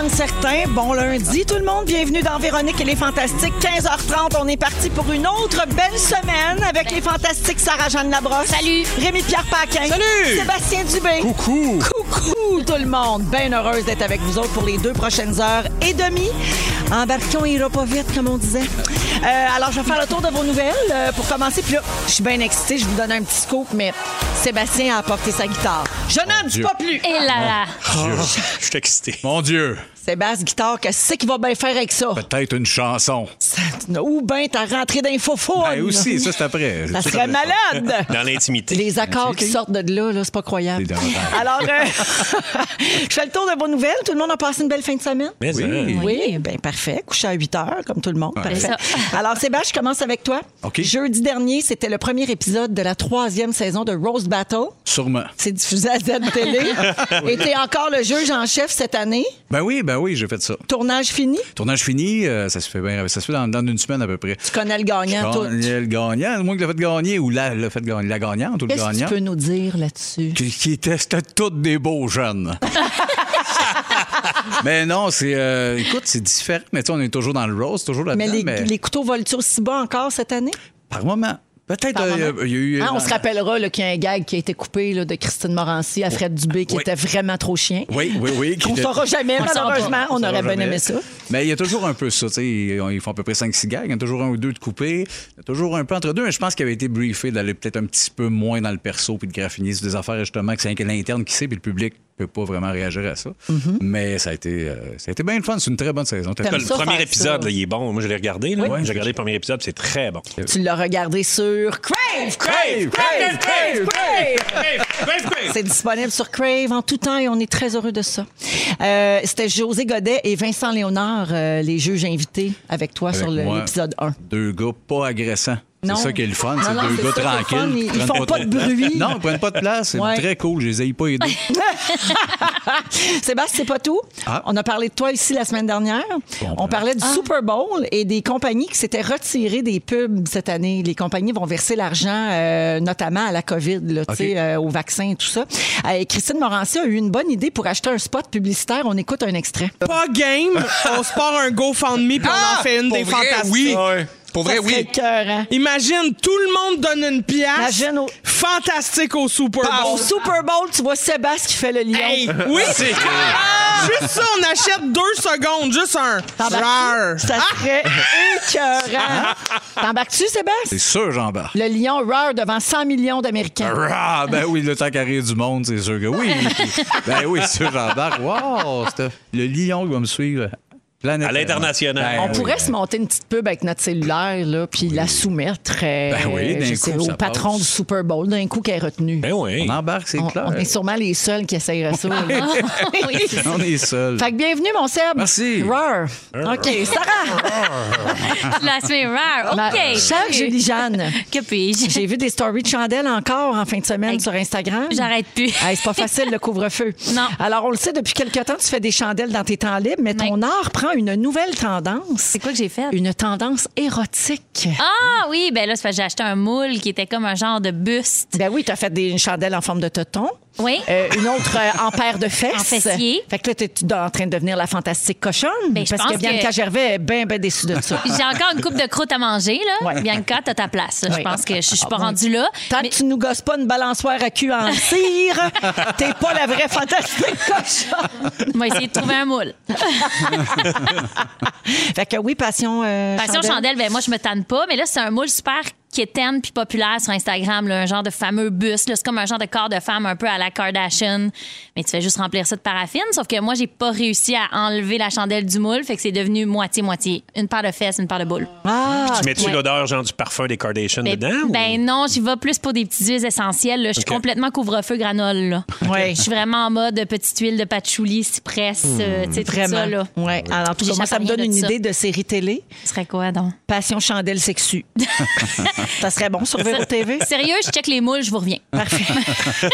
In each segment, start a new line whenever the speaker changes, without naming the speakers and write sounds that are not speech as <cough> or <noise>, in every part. matin, bon lundi tout le monde, bienvenue dans Véronique et les Fantastiques. 15h30, on est parti pour une autre belle semaine avec les Fantastiques Sarah-Jeanne Labrosse.
Salut.
Rémi-Pierre Paquin.
Salut.
Sébastien Dubé.
Coucou.
Coucou tout le monde. Bien heureuse d'être avec vous autres pour les deux prochaines heures et demie. Embarquons, il ira pas vite, comme on disait. Euh, alors, je vais faire le tour de vos nouvelles euh, pour commencer. Puis là, je suis bien excitée, je vous donne un petit scoop, mais Sébastien a apporté sa guitare. Je n'en dis
Dieu.
pas plus.
Et là là.
Dieu, Oh. <laughs> Je suis excité. Mon Dieu,
Sébastien, guitare, qu'est-ce qu'il va bien faire avec ça?
peut-être une chanson.
Ou bien t'as rentré dans les faux
Ben aussi, ça c'est après.
Ça
C'est
serait
après. <laughs>
malade!
Dans
<laughs>
l'intimité.
Les accords qui sortent de là, là c'est pas croyable.
C'est dommage.
Alors, euh, <laughs> je fais le tour de vos nouvelles. Tout le monde a passé une belle fin de semaine?
Mais
<laughs> Oui.
hein,
Oui, bien parfait. Couché à 8 heures, comme tout le monde. Parfait. <laughs>
C'est
Alors, Sébastien, je commence avec toi.
OK.
Jeudi dernier, c'était le premier épisode de la troisième saison de Rose Battle.
Sûrement.
C'est diffusé à Z Télé.
<laughs>
Et t'es encore le juge en chef cette année.
Ben oui, ben oui, j'ai fait ça.
Tournage fini.
Tournage fini, euh, ça se fait bien. Ça se fait dans, dans une semaine à peu près.
Tu connais le gagnant,
Gagne-
toi.
le gagnant, le moins que le fait gagner, ou la, le fait gagner, la gagnante ou le
Qu'est-ce que tu
gagnant.
peux nous dire là-dessus?
qui, qui étaient, c'était toutes des beaux jeunes. <laughs> mais non, c'est. euh, écoute, c'est différent. Mais tu sais, on est toujours dans le rose, toujours là-dedans.
Mais
Mais,
les, les couteaux volent-ils aussi bas encore cette année?
par moment. Peut-être
Par
euh, il y a-
moment.
il y a eu.
Ah, on se rappellera là, qu'il y a un gag qui a été coupé là, de Christine Morancy à Fred Dubé qui
Oui.
était vraiment trop chien.
Oui, oui, oui.
On ne saura jamais,
On le saura
malheureusement.
pas.
On
Ça va
aurait bien
jamais. Euh.
aimé ça.
Mais il y a toujours un peu ça. tu sais, Ils font à peu près 5-6 gags. Il y a toujours un ou deux de coupés. Il y a toujours un peu entre deux. Mais je pense qu'il avait été briefé d'aller peut-être un petit peu moins dans le perso puis de graffiner sur des affaires, justement, que c'est un l'interne qui sait puis le public peut pas vraiment réagir à ça. Mais ça a été, euh, ça a été bien le fun. C'est une très bonne saison.
Mm-hmm. T'aimes
Le
ça, faire
premier
ça.
épisode, là, il est bon. Moi, je l'ai regardé. là. J'ai regardé le premier épisode, c'est très
<laughs>
bon.
Tu l'as regardé sur Crave, Crave, Crave, Crave, Crave.
ben,
C'est disponible sur Crave en tout temps et on est très heureux de ça. Euh, C'était José Godet et Vincent Léonard, euh, les juges invités avec toi
Avec
sur le-
moi.
l'épisode 1.
Deux gars pas agressants.
Non.
C'est ça qui est le fun.
Non,
C'est
non, c'est
deux gars
ça qui est le fun. Ils-
tranquilles. qui
ils
prennent
font pas de bruit.
Non, ils prennent pas de place. C'est
Ouais.
très cool. Je les ai pas aidés.
<laughs> Sébastien, c'est pas tout.
Ah. ben.
On a parlé de toi ici la semaine dernière. On parlait du Super Bowl et des compagnies qui s'étaient retirées des pubs cette année. Les compagnies vont verser l'argent, euh, notamment à la COVID, là, tu
OK.
sais, euh, au vaccin et tout ça. Euh, et Christine Morancy a eu une bonne idée pour acheter un spot publicitaire. On écoute un extrait.
Eh
pas game, on se part un GoFundMe puis on en fait une des fantastiques.
Oui. Pour vrai,
Ça serait
oui.
écœurant.
Imagine, tout le monde donne une
Ah.
pièce.
Imagine au-
Fantastique au Super
Au
Bowl.
Super Bowl, tu vois Sébastien qui fait le lion.
Hey, oui. Ah! Juste ça, on achète deux secondes, juste un. Rar.
T'embarques-tu? Ça
Ah.
serait écœurant. T'embarques-tu, Sébastien?
C'est sûr, j'embarque.
Le lion roar devant 100 millions d'Américains.
Ah, ben oui, le temps carré du monde, c'est sûr que oui.
<laughs>
ben oui, c'est sûr, j'embarque. Wow, c'est le lion qui va me suivre. Planète-
À l'international.
On
Ben oui.
pourrait se monter une petite pub avec notre cellulaire, là, puis la soumettre euh,
Ben oui, d'un
je sais,
coup,
au
ça
patron
passe.
du Super Bowl, d'un coup qu'elle est retenue.
Ben oui.
On embarque, c'est
on,
clair.
on est sûrement les seuls qui essayeraient ça. là. <laughs> Oui, c'est ça.
On est seuls.
Fait que bienvenue, mon Seb.
Merci.
Roar. OK, Sarah.
La semaine rare.
Ma-
OK.
Chère Julie-Jeanne,
Que puis-je?
j'ai vu des stories de chandelles encore en fin de semaine
Hey,
sur Instagram.
j'arrête plus.
Hey, c'est pas facile, le couvre-feu.
Non.
Alors, on le sait, depuis quelque temps, tu fais des chandelles dans tes temps libres, mais ton
Oui.
art prend une nouvelle tendance.
C'est quoi que j'ai fait?
Une tendance érotique.
Ah oui, ben là, c'est parce que j'ai acheté un moule qui était comme un genre de buste.
Ben oui, t'as fait des, une chandelle en forme de toton.
Oui.
Euh, une autre euh, en paire de fesses.
<laughs> En fessier.
Fait que là, t'es tu- en train de devenir la fantastique cochonne.
Ben, je
parce que
pense
Bianca
que-
Gervais est bien, bien déçue de ça.
<laughs> Puis J'ai encore une coupe de croûte à manger, là.
Ouais.
Bianca, t'as ta place.
Oui.
Je pense que je je suis
Ah,
pas
bon.
rendue là.
Tant
Mais-
que tu nous gosses pas une balançoire à cul
<laughs>
en cire, t'es pas la vraie fantastique cochonne.
On va essayer de trouver un moule.
Fait que oui, passion. euh,
Passion Chandelle, ben moi, je me tanne pas, mais là, c'est un moule super quétaine puis populaire sur Instagram, là, un genre de fameux buste. là. C'est comme un genre de corps de femme un peu à la Kardashian, mais tu fais juste remplir ça de paraffine. Sauf que moi, j'ai pas réussi à enlever la chandelle du moule, fait que c'est devenu moitié-moitié. Une paire de fesses, une paire de boules.
Ah,
Tu mets-tu
ouais.
l'odeur genre du parfum des Kardashians
Ben,
dedans? ou-
ben non, j'y vais plus pour des petites huiles essentielles. là. Je suis
Ok.
complètement couvre-feu granole. là.
Ouais.
Je suis vraiment en mode petite huile de patchouli, cypress, euh, tu sais, tout
vraiment.
ça. Là.
Ouais. Alors, en tout cas,
J'échappe
moi, ça me
rien
donne une
de ça.
idée de série télé.
Ce serait quoi, donc? <laughs>
Passion chandelle sexue. Ça serait bon sur Véro TV.
Sérieux, je check les moules, je vous reviens.
Parfait.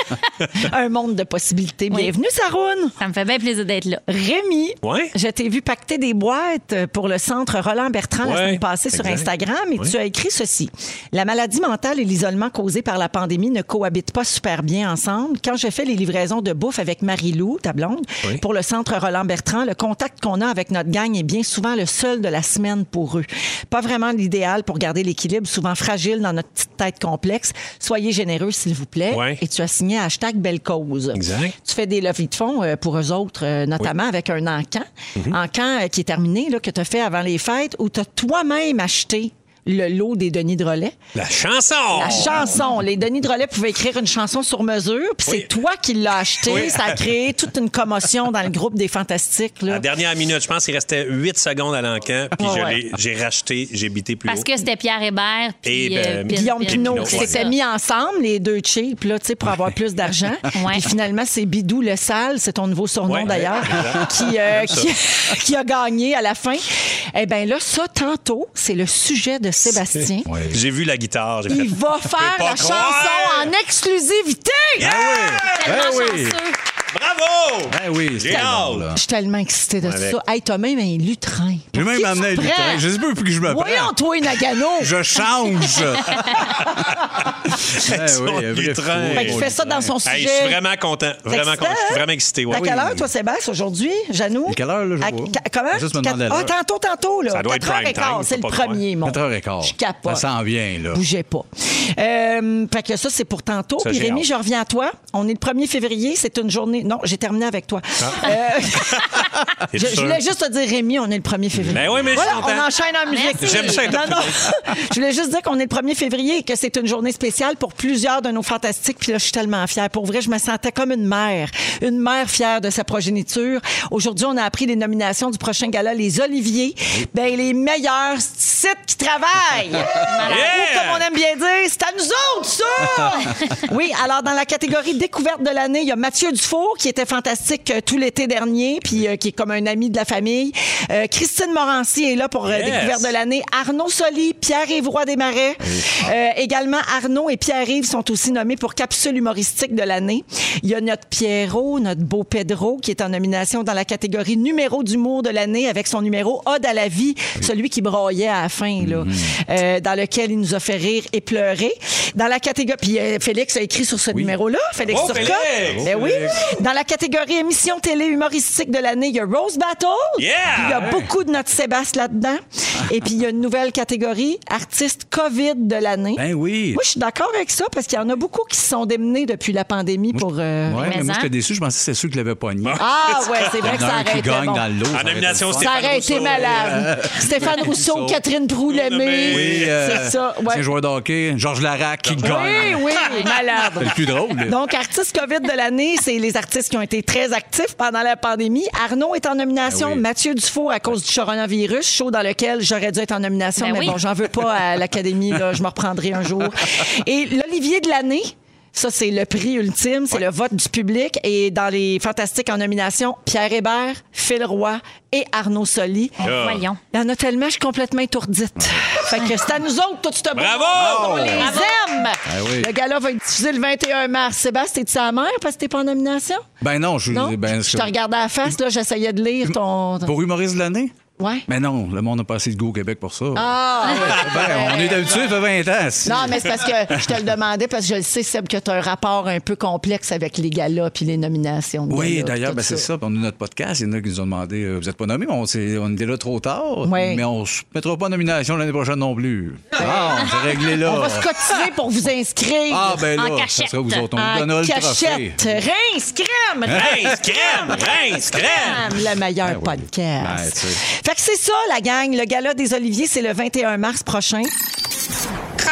<laughs>
Un monde de possibilités. Bienvenue, Saroun.
Ça me fait bien plaisir d'être là.
Rémi,
Ouais.
je t'ai vu pacter des boîtes pour le centre Roland Bertrand la
Ouais,
semaine passée sur
exact.
Instagram et
Ouais.
tu as écrit ceci. La maladie mentale et l'isolement causé par la pandémie ne cohabitent pas super bien ensemble. Quand je fais les livraisons de bouffe avec Marie-Lou, ta blonde,
Oui.
pour le centre Roland Bertrand, le contact qu'on a avec notre gang est bien souvent le seul de la semaine pour eux. Pas vraiment l'idéal pour garder l'équilibre, souvent fragile dans notre petite tête complexe. Soyez généreux, s'il vous plaît.
Ouais.
Et tu as signé hashtag Belle Cause.
Exact.
Tu fais des levées de fonds euh, pour eux autres, euh, notamment avec un encan.
Mhm.
Encan euh, qui est terminé, là, que tu as fait avant les fêtes, où tu as toi-même acheté le lot des Denis de Relais.
La chanson!
La chanson. Les Denis de Relais pouvaient écrire une chanson sur mesure, puis c'est toi qui l'as acheté.
Oui.
Ça a créé toute une commotion dans le groupe des Fantastiques. là.
La dernière minute, je pense qu'il restait 8 secondes à l'encan, puis
Ouais,
je
ouais.
l'ai- j'ai racheté, j'ai bité plus
Parce
haut.
que c'était Pierre Hébert puis
Et ben,
euh, Pin-
Guillaume
Pin-
Pinot
Pinault,
qui
ouais.
s'étaient mis ensemble, les deux cheap, là, tu sais, pour avoir plus d'argent.
Ouais.
Puis finalement, c'est Bidou le Sale, c'est ton nouveau surnom
Ouais,
d'ailleurs, <laughs>
exact.
qui, euh,
J'aime ça.
qui, <laughs> qui a gagné à la fin. Eh bien là, ça, tantôt, c'est le sujet de Sébastien.
Ouais.
J'ai vu la guitare, j'ai fait...
Il
<laughs>
va faire la
pas
chanson
croire! Ah
en exclusivité!
Yeah!
Tellement
Eh oui.
chanceux.
Bravo!
Ben oui, c'est
J'ai
bon,
hâte.
là.
Je suis tellement excitée de
Avec.
ça. Hey, t'as même un lutrin.
J'ai
Pour
même
qui tu
amené un
prends?
lutrin. Je sais pas plus que je me
Voyons,
prends.
toi, Nagano! <laughs>
Je change.
Avec son
oui, un vrai
lutrin.
fou.
Fait qu'il fait ça dans son
Hey,
sujet.
je suis vraiment content. Vraiment
excitant,
content. Je suis
hein?
vraiment excité. ouais.
À quelle heure, toi, Sébastien, aujourd'hui, Janou?
À quelle heure, là, je
À
sais pas.
qu- Comment?
Faut juste me demander
Quatre-
à
Ah,
l'heure.
tantôt, tantôt, là.
Ça doit être
4 heures et
prime
quart,
time,
c'est le
faut pas hein.
premier, mon.
4h15.
Je capote.
Ça s'en vient, là.
Bougez pas. Euh, fait que ça, c'est pour tantôt.
Ça,
Puis
j'ai
Rémi,
hâte.
je reviens à toi. On est le 1er février, c'est une journée. Non, j'ai terminé avec toi.
Ah.
Euh,
<laughs> T'es
je, je
sûr?
voulais juste te dire, Rémi, on est le 1er février.
Ben oui, mais je suis
Voilà,
content. Ah,
on enchaîne en musique.
Merci. J'aime
ça être
Non, non. <laughs> je voulais juste dire qu'on est le 1er février et que c'est une journée spéciale pour plusieurs de nos fantastiques. Puis là, je suis tellement fière. Pour vrai, je me sentais comme une mère. Une mère fière de sa progéniture. Aujourd'hui, on a appris les nominations du prochain gala, les Oliviers. Ben, les meilleurs sites qui
<laughs>
travaillent. Ou, comme on aime bien dire, c'est à nous autres, ça! oui, alors dans la catégorie découverte de l'année, il y a Mathieu Dufour, qui était fantastique euh, tout l'été dernier, puis euh, qui est comme un ami de la famille. Euh, Christine Morancy est là pour euh,
Yes.
découverte de l'année. Arnaud Soli, Pierre-Yves Roy Desmarais. Euh, également, Arnaud et Pierre-Yves sont aussi nommés pour capsule humoristique de l'année. Il y a notre Pierrot, notre beau Pedro, qui est en nomination dans la catégorie numéro d'humour de l'année avec son numéro Ode à la vie, celui qui broyait à la fin, là, euh, dans lequel il nous a fait rire et pleurer. Dans la catégorie. Puis euh, Félix a écrit sur ce numéro-là, Félix
Oh,
Turcotte.
Félix!
Ben oui. Dans la catégorie émission télé humoristique de l'année, il y a Rose Battle.
Yeah!
Il y a beaucoup de notre Sébastien là-dedans. Et puis, il y a une nouvelle catégorie, artiste COVID de l'année.
Ben oui.
Moi, je suis d'accord avec ça parce qu'il y en a beaucoup qui se sont démenés depuis la pandémie pour. euh,
Ouais, mais
Mais
moi,
en-
j'étais déçu. Je pensais que c'est sûr que l'avait pogné.
Ah, ouais, c'est
Il y
vrai
en
que ça
a un
aurait
qui
été
gagne
bon.
dans l'eau. ça
En
aurait été
nomination,
le fun.
c'était-
Ça aurait été
Stéphane
malade. Stéphane Rousseau,
Rousseau.
Catherine Prou, Lemay.
Oui, euh,
c'est ça. ouais.
C'est un joueur de hockey, Georges Larac qui gagne.
Eh
Eh
Oui,
Ah.
oui, malade.
C'est le plus drôle. là.
Donc, artistes COVID de l'année, c'est les artistes qui ont été très actifs pendant la pandémie. Arnaud est en nomination,
Ben oui.
Mathieu Dufour à cause du coronavirus, show dans lequel j'aurais dû être en nomination,
Ben
mais
oui.
bon, j'en veux pas à l'Académie, là, je me reprendrai un jour. Et l'Olivier de l'année, ça, c'est le prix ultime, c'est le vote du public. Et dans les fantastiques en nomination, Pierre Hébert, Phil Roy et Arnaud Soli.
Ah.
Voyons.
Il y en a tellement, je suis complètement étourdite. fait que c'est à nous autres, tout ce beau
Bravo!
monde. On les
Bravo!
aime!
Ah oui.
Le gala va être diffusé le 21 mars. Sébastien, t'es-tu sa mère parce que t'es pas en nomination?
<laughs> Ben non, je,
Non?
ben,
je te regardais à la face, là, j'essayais de lire ton...
Pour humoriste de l'année?
Ouais.
Mais non, le monde n'a pas assez de goût au Québec pour ça. <laughs>
Ah, oui.
Ben, on est habitué, ça fait 20 ans. si.
Non, mais c'est parce que je te le demandais, parce que je le sais, Seb, que tu as un rapport un peu complexe avec les galas puis les nominations. de galas,
Oui,
puis
d'ailleurs,
tout
ben, c'est ça. Puis On a eu notre podcast. Il y en a qui nous ont demandé euh, Vous n'êtes pas nommé, mais on, s'est- on était là trop tard.
Oui.
Mais on ne se mettra pas en nomination l'année prochaine non plus. Ah, c'est réglé là.
<laughs> On va se cotiser pour vous inscrire.
ah, ben
en
là, ça
cachette.
sera vous autres. On vous
en
donnera le trophée.
cachette. Rince, crème!
Rince, crème! Rince, crème!
le meilleur
Ben oui.
podcast.
Ouais, tu sais.
fait que c'est ça, la gang. Le gala des Oliviers, c'est le 21 mars prochain.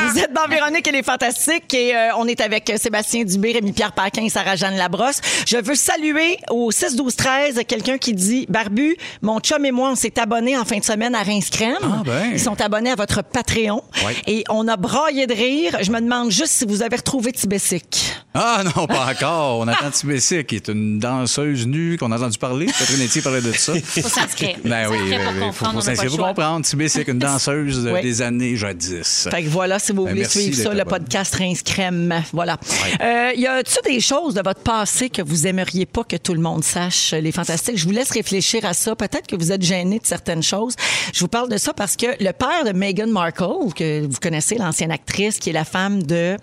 Vous êtes dans Véronique et les Fantastiques et euh, on est avec euh, Sébastien Dubé, Rémi-Pierre Paquin et Sarah-Jeanne Labrosse. Je veux saluer au 6-12-13 quelqu'un qui dit « Barbu, mon chum et moi, on s'est abonnés en fin de semaine à Rince Crème.
Ah ben.
Ils sont abonnés à votre Patreon
Ouais.
et on a braillé de rire. Je me demande juste si vous avez retrouvé Tibessic.
Ah non, pas encore. On attend Tibessia, qui est une danseuse nue qu'on a entendu parler. Catherine Etier parlait
<laughs>
de ça.
Faut
<laughs>
s'inscrire.
Ben oui,
S'inscrire
euh,
pour
faut- faut,
comprendre, on n'a pas
s'inscrire
le
pour
choix.
comprendre. Tibessia, une danseuse
<laughs>
euh,
Oui.
des années jadis.
Fait que voilà, si vous
Ben,
voulez
merci
suivre ça,
d'être
le
abonné.
podcast Rince Crème. Voilà. Euh, y a-tu des choses de votre passé que vous aimeriez pas que tout le monde sache, euh, les fantastiques? Je vous laisse réfléchir à ça. Peut-être que vous êtes gênés de certaines choses. Je vous parle de ça parce que le père de Meghan Markle, que vous connaissez, l'ancienne actrice, qui est la femme de.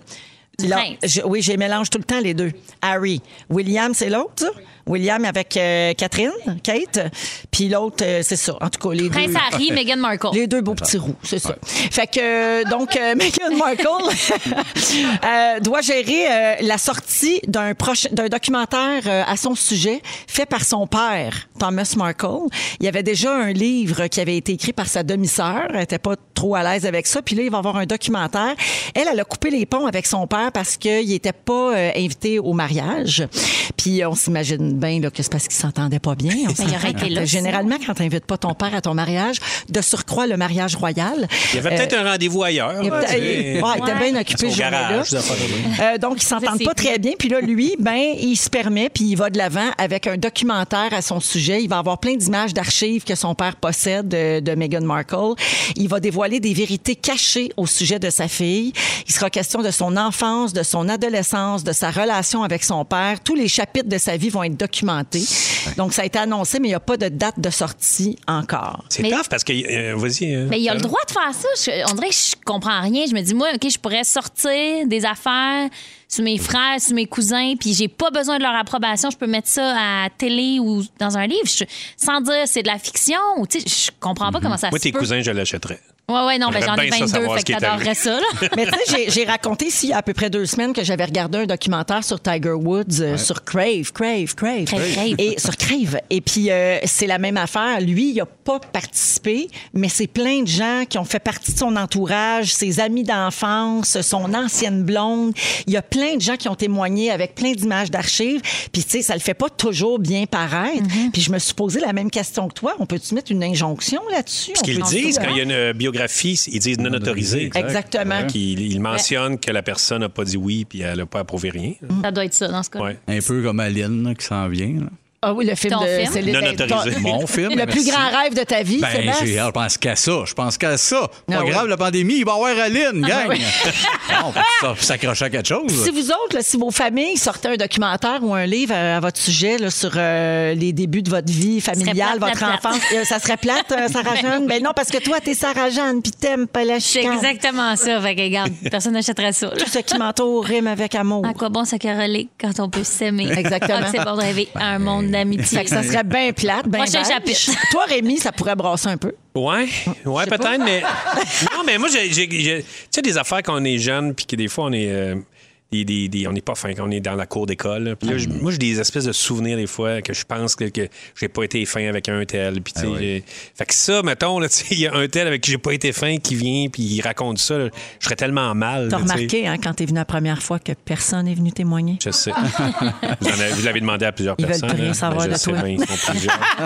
Du
La-
prince.
je- oui, j'ai mélange tout le temps les deux. Harry. William, c'est l'autre, ça? William avec euh, Catherine, Kate. Puis l'autre, euh, c'est ça. En tout cas, les deux.
Prince
<laughs>
Harry, Meghan Markle.
Les deux beaux petits roux, c'est ça. Fait que, euh, donc, euh, <laughs> Meghan Markle euh, doit gérer euh, la sortie d'un proche- d'un documentaire euh, à son sujet fait par son père, Thomas Markle. Il y avait déjà un livre qui avait été écrit par sa demi-sœur. Elle n'était pas trop à l'aise avec ça. Puis là, il va avoir un documentaire. Elle, elle a coupé les ponts avec son père parce qu'il n'était pas euh, invité au mariage. Puis on s'imagine bien là, que c'est parce qu'ils s'entendaient pas bien. On
Ben, il aurait
s'entend
été
quand,
là,
euh,
sinon.
Généralement, quand tu pas ton père à ton mariage, de surcroît le mariage royal. euh,
Il y avait peut-être
Euh,
un rendez-vous ailleurs.
Il
là, tu sais.
était ouais, il était bien occupé
Au
ce jour-là.
garage, ça va pas donner.
Euh, donc, ils
Ça,
s'entendent
c'est
pas
cool.
très bien. Puis là, lui, ben, il se permet, puis il va de l'avant avec un documentaire à son sujet. Il va avoir plein d'images d'archives que son père possède de, de Meghan Markle. Il va dévoiler des vérités cachées au sujet de sa fille. Il sera question de son enfance, de son adolescence, de sa relation avec son père. Tous les chapitres de sa vie vont être documentés. Donc, ça a été annoncé, mais il n'y a pas de date de sortie encore.
C'est
Mais-
tough parce que. euh, Vas-y. euh,
Mais il a le droit de faire ça. Je- on dirait que je comprends rien. Je me dis, moi, OK, je pourrais sortir des affaires sur mes frères, sur mes cousins, puis j'ai pas besoin de leur approbation. Je peux mettre ça à télé ou dans un livre je- sans dire c'est de la fiction. Ou, tu sais, je comprends pas comment ça
Mhm. Moi,
se
tes
peut.
cousins, je l'achèterais.
Ouais, ouais, non, ben, j'en
J'aimerais
ai
bien ça
22,
savoir
fait
ce
que
qui est
t'adorerais
arrivé.
ça, là.
<laughs> Mais tu sais, j'ai- j'ai raconté ici, il y a à peu près deux semaines, que j'avais regardé un documentaire sur Tiger Woods, euh, sur Crave, Crave, Crave.
Crave, Crave.
Et sur Crave. Et puis, euh, c'est la même affaire. Lui, il n'a pas participé, mais c'est plein de gens qui ont fait partie de son entourage, ses amis d'enfance, son ancienne blonde. Il y a plein de gens qui ont témoigné avec plein d'images d'archives. Puis, tu sais, ça le fait pas toujours bien paraître.
Mm-hmm.
Puis, je me suis posé la même question que toi. On peut-tu mettre une injonction là-dessus?
Ce
On
qu'ils
peut-tu-
disent,
hein.
quand il y a une euh, biographie, ils disent non autorisé.
autorisé,
Exactement.
Donc, ils il mentionnent que la personne n'a pas dit oui puis elle n'a pas approuvé rien.
Ça doit être ça, dans ce cas.
Ouais.
Un peu comme Aline là, qui s'en vient. là.
Ah oui, le film
Ton
de
film?
Céline-
Non
ton-
autorisé.
Mon film.
Le plus
merci.
grand rêve de ta vie,
Ben,
Sébastien?
j'ai- je pense qu'à ça. Je pense qu'à ça. Pas
Ah ouais.
grave, la pandémie, il va y avoir Aline, gang. <laughs> non, faut s'accrocher à quelque chose.
Si vous autres, là, si vos familles sortaient un documentaire ou un livre euh, à votre sujet là, sur euh, les débuts de votre vie familiale,
serait plate,
votre
la plate.
enfance, euh, ça serait plate, euh, Sarah Jeanne? Ben non, parce que toi, t'es Sarah Jeanne, puis t'aimes pas la
C'est
chicane.
exactement ça. Fait que, regarde, personne n'achèterait ça. là.
<laughs> Tout ce qui m'entoure rime avec amour.
À quoi bon se quereller quand on peut s'aimer?
Exactement.
Ah, c'est bon de rêver à
Ben,
un monde d'amitié.
Fait que ça serait bien plate, bien
Prochain
beige.
chapitre.
Toi, Rémi, ça pourrait brasser un peu.
Ouais, ouais
sais pas.
peut-être, mais. <laughs> Non, mais moi, j'ai. j'ai- j'ai- Tu sais, des affaires quand on est jeune, puis que des fois, on est. euh, des- des- des- on n'est pas fin quand on est dans la cour d'école. là. Puis là, j'- moi, j'ai des espèces de souvenirs des fois que je pense que, que j'ai pas été fin avec un tel.
Ah
Puis, tu sais, j'ai- Fait que ça, mettons, là, <laughs> tu sais, il y a un tel avec qui j'ai pas été fin qui vient, puis il raconte ça. là, je serais tellement mal.
T'as
là, tu sais.
remarqué, hein, quand t'es venu la première fois, que personne n'est venu témoigner? <laughs>
Je sais. Vous, en avez- vous l'avez demandé à plusieurs
Ils veulent
personnes.
plus rien
là.
savoir
Ben, je
de
sais
toi.
bien, ils sont plusieurs.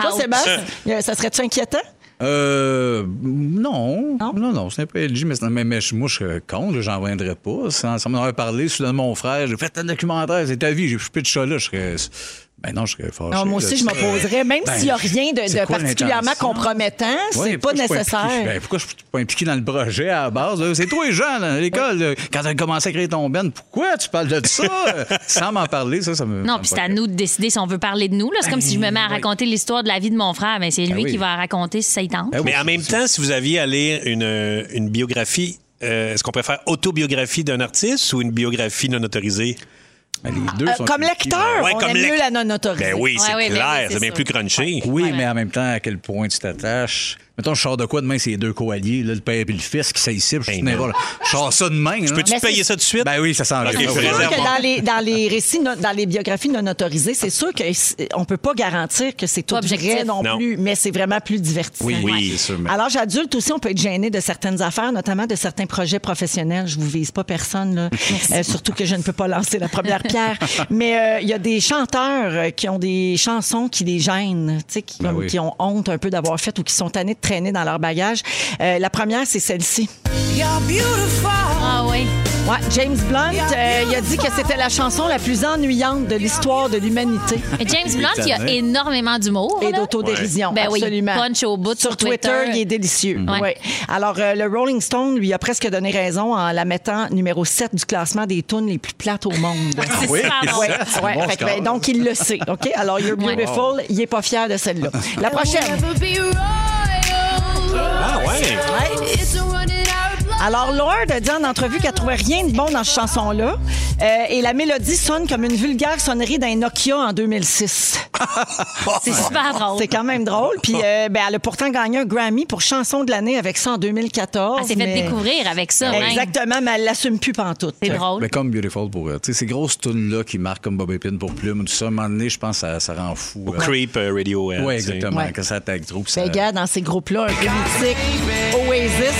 Toi,
Ouch.
Sébastien, euh, ça serait-tu inquiétant?
Euh, non.
Non?
Non, non, c'est un peu LG, mais, c'est- mais, mais je- moi, je suis euh, con, là, j'en viendrais pas. Ça, ça m'en aurait parlé, soudainement, mon frère, j'ai fait un documentaire, c'est ta vie, j'ai plus de chat là, je serais. Ben non, je serais fâché.
Non, moi
là,
aussi,
tu
je
sais.
m'opposerais, même
Ben,
s'il n'y a rien de,
c'est
de
quoi
particulièrement
l'intention?
compromettant,
Ouais,
c'est pas
pourquoi je suis impliqué?
nécessaire.
Ben, pourquoi je suis pas impliqué dans le projet à la base? là? C'est toi les jeunes à l'école, là, quand tu as commencé à créer ton band, pourquoi tu parles
<laughs>
de ça? Sans m'en parler, ça, ça me. ça
Non,
me
puis c'est
fuck.
à nous de décider si on veut parler de nous. là. C'est comme si je me mets à raconter l'histoire de la vie de mon frère, mais c'est lui
Ben, oui.
qui va raconter si ça y tente.
Ben oui,
Mais en
c'est-
même temps, si vous aviez à lire une, euh, une biographie, euh, est-ce qu'on préfère autobiographie d'un artiste ou une biographie non autorisée?
Ben, les deux
Euh,
sont
comme
impliqués,
lecteur,
Ouais,
on
comme
aime
lec-
mieux la non autorisée.
Ben oui,
Ouais,
c'est
oui, ben
clair,
oui, c'est
c'est bien
sûr.
plus crunchy.
Oui,
Ouais,
mais
ouais.
en même temps, à quel point tu t'attaches. Mettons, je sors de quoi demain, c'est les deux coalliers, là, le père et le fils qui s'aissent, je suis
Ben non.
n'importe- Je sors ça demain. là.
Peux-tu
Mais
payer
c'est-
ça tout de suite?
Ben oui, ça s'en
Ok,
vient.
je
Ouais,
C'est
ouais.
sûr
réserve
que
mon-
dans les, dans les récits, non- dans les biographies non autorisées, c'est sûr qu'on ne peut pas garantir que c'est tout
Pas objectif.
vrai non,
Non.
plus, mais c'est vraiment plus divertissant.
Oui, oui, c'est sûr, mais-
À l'âge adulte aussi, on peut être gêné de certaines affaires, notamment de certains projets professionnels. Je vous vise pas personne, là. Euh, surtout que je ne peux pas lancer la première pierre. Mais euh, il y a des chanteurs euh, qui ont des chansons qui les gênent, tu sais, qui,
Ben
comme-
oui.
qui ont honte un peu d'avoir fait ou qui sont tannés de traîner dans leur bagage. Euh, la première, c'est celle-ci.
Ah oui.
Ouais, James Blunt, euh, il a dit que c'était la chanson la plus ennuyante de l'histoire de l'humanité.
Mais James Blunt, il y a
Étonné.
énormément d'humour.
Et
là.
d'autodérision,
Ben oui,
absolument.
il punch au bout
sur
sur
Twitter,
Twitter. Mm.
il est délicieux.
Ouais.
Ouais. Alors, euh, le Rolling Stone lui a presque donné raison en la mettant numéro 7 du classement des tunes les plus plates au
<laughs>
monde.
C'est
Oui.
super bon.
Ouais,
c'est
ouais.
bon
Fait que,
score.
ben, donc, il le sait. OK? Alors, You're
Ouais.
Beautiful, il est pas fier de
<laughs>
celle-là. La prochaine.
Ah ouais.
Alors, Lord a dit en entrevue qu'elle trouvait rien de bon dans cette chanson-là. Euh, et la mélodie sonne comme une vulgaire sonnerie d'un Nokia en 2006.
C'est super drôle.
C'est quand même drôle. Puis, euh, ben, elle a pourtant gagné un Grammy pour chanson de l'année avec ça en 2014.
Elle s'est Ah, fait
mais- Ben,
découvrir avec ça. même.
Exactement, mais elle l'assume plus pantoute.
C'est drôle.
Mais Ben, comme Beautiful pour. euh, tu sais, ces grosses tunes-là qui marquent comme Bobby Pin pour Plume, tout ça, à un moment donné, je pense que ça, ça rend fou. euh,
Creep euh, Radiohead.
Oui,
tu sais.
exactement.
Ouais.
Que ça attaque trop. que Ça...
Ben, regarde, dans ces groupes-là, un peu mythiques, Oasis,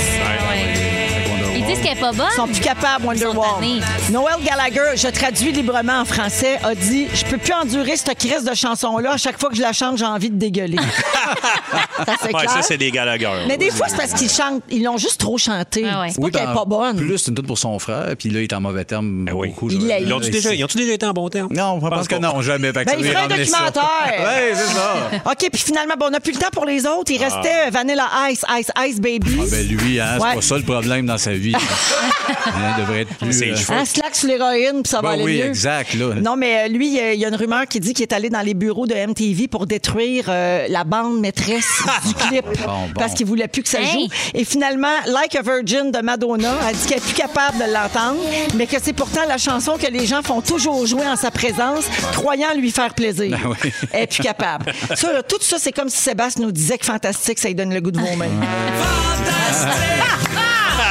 Ils disent qu'elle est pas
sont
bonne.
plus capables, Wonderwall.
tannés.
Noël Gallagher, je traduis librement en français, a dit « Je peux plus endurer cette crise de chanson-là. À chaque fois que je la chante, j'ai envie de
<laughs>
dégueuler. » Ça, c'est
Ouais,
clair.
ça, c'est des hein. Gallagher.
Mais des fois, c'est parce qu'ils chantent. Ils l'ont juste trop chanté.
Ah ouais.
C'est pas qu'elle est pas bonne.
Plus c'est une tune pour son frère, puis là, il est en mauvais terme.
Ben oui.
Beaucoup,
Il
je-
l'a-
Ils ont-tu déjà, ils ont-tu déjà été en bon terme?
Non, je pense, que
pas.
non, jamais. Fait que
Ben,
ça
il
lui
ferait un
ramenait ça.
documentaire.
Ouais, c'est ça.
<laughs> OK, puis finalement, bon, on n'a plus le temps pour les autres. Il restait euh, Vanilla Ice, Ice, Ice Baby.
Ah ben lui, hein, c'est
Ouais.
pas ça le problème dans
<laughs>
sa vie. hein. il devrait être plus...
Ses cheveux.
Hein, slack sur l'héroïne, puis ça va
Ben
aller
oui,
mieux.
exact, là.
Non, mais euh, lui, euh, il y a une rumeur qui dit qu'il est allé dans les bureaux de MTV pour détruire euh, la bande
<laughs>
maîtresse du clip
Bon, bon.
parce qu'il voulait plus que ça
Hey.
joue. Et finalement, Like a Virgin de Madonna a dit qu'elle est plus capable de l'entendre, mais que c'est pourtant la chanson que les gens font toujours jouer en sa présence, croyant lui faire plaisir.
Ben oui.
Elle est plus capable. Ça, là, tout ça, c'est comme si Sébastien nous disait que fantastique, ça lui donne le goût de vomir.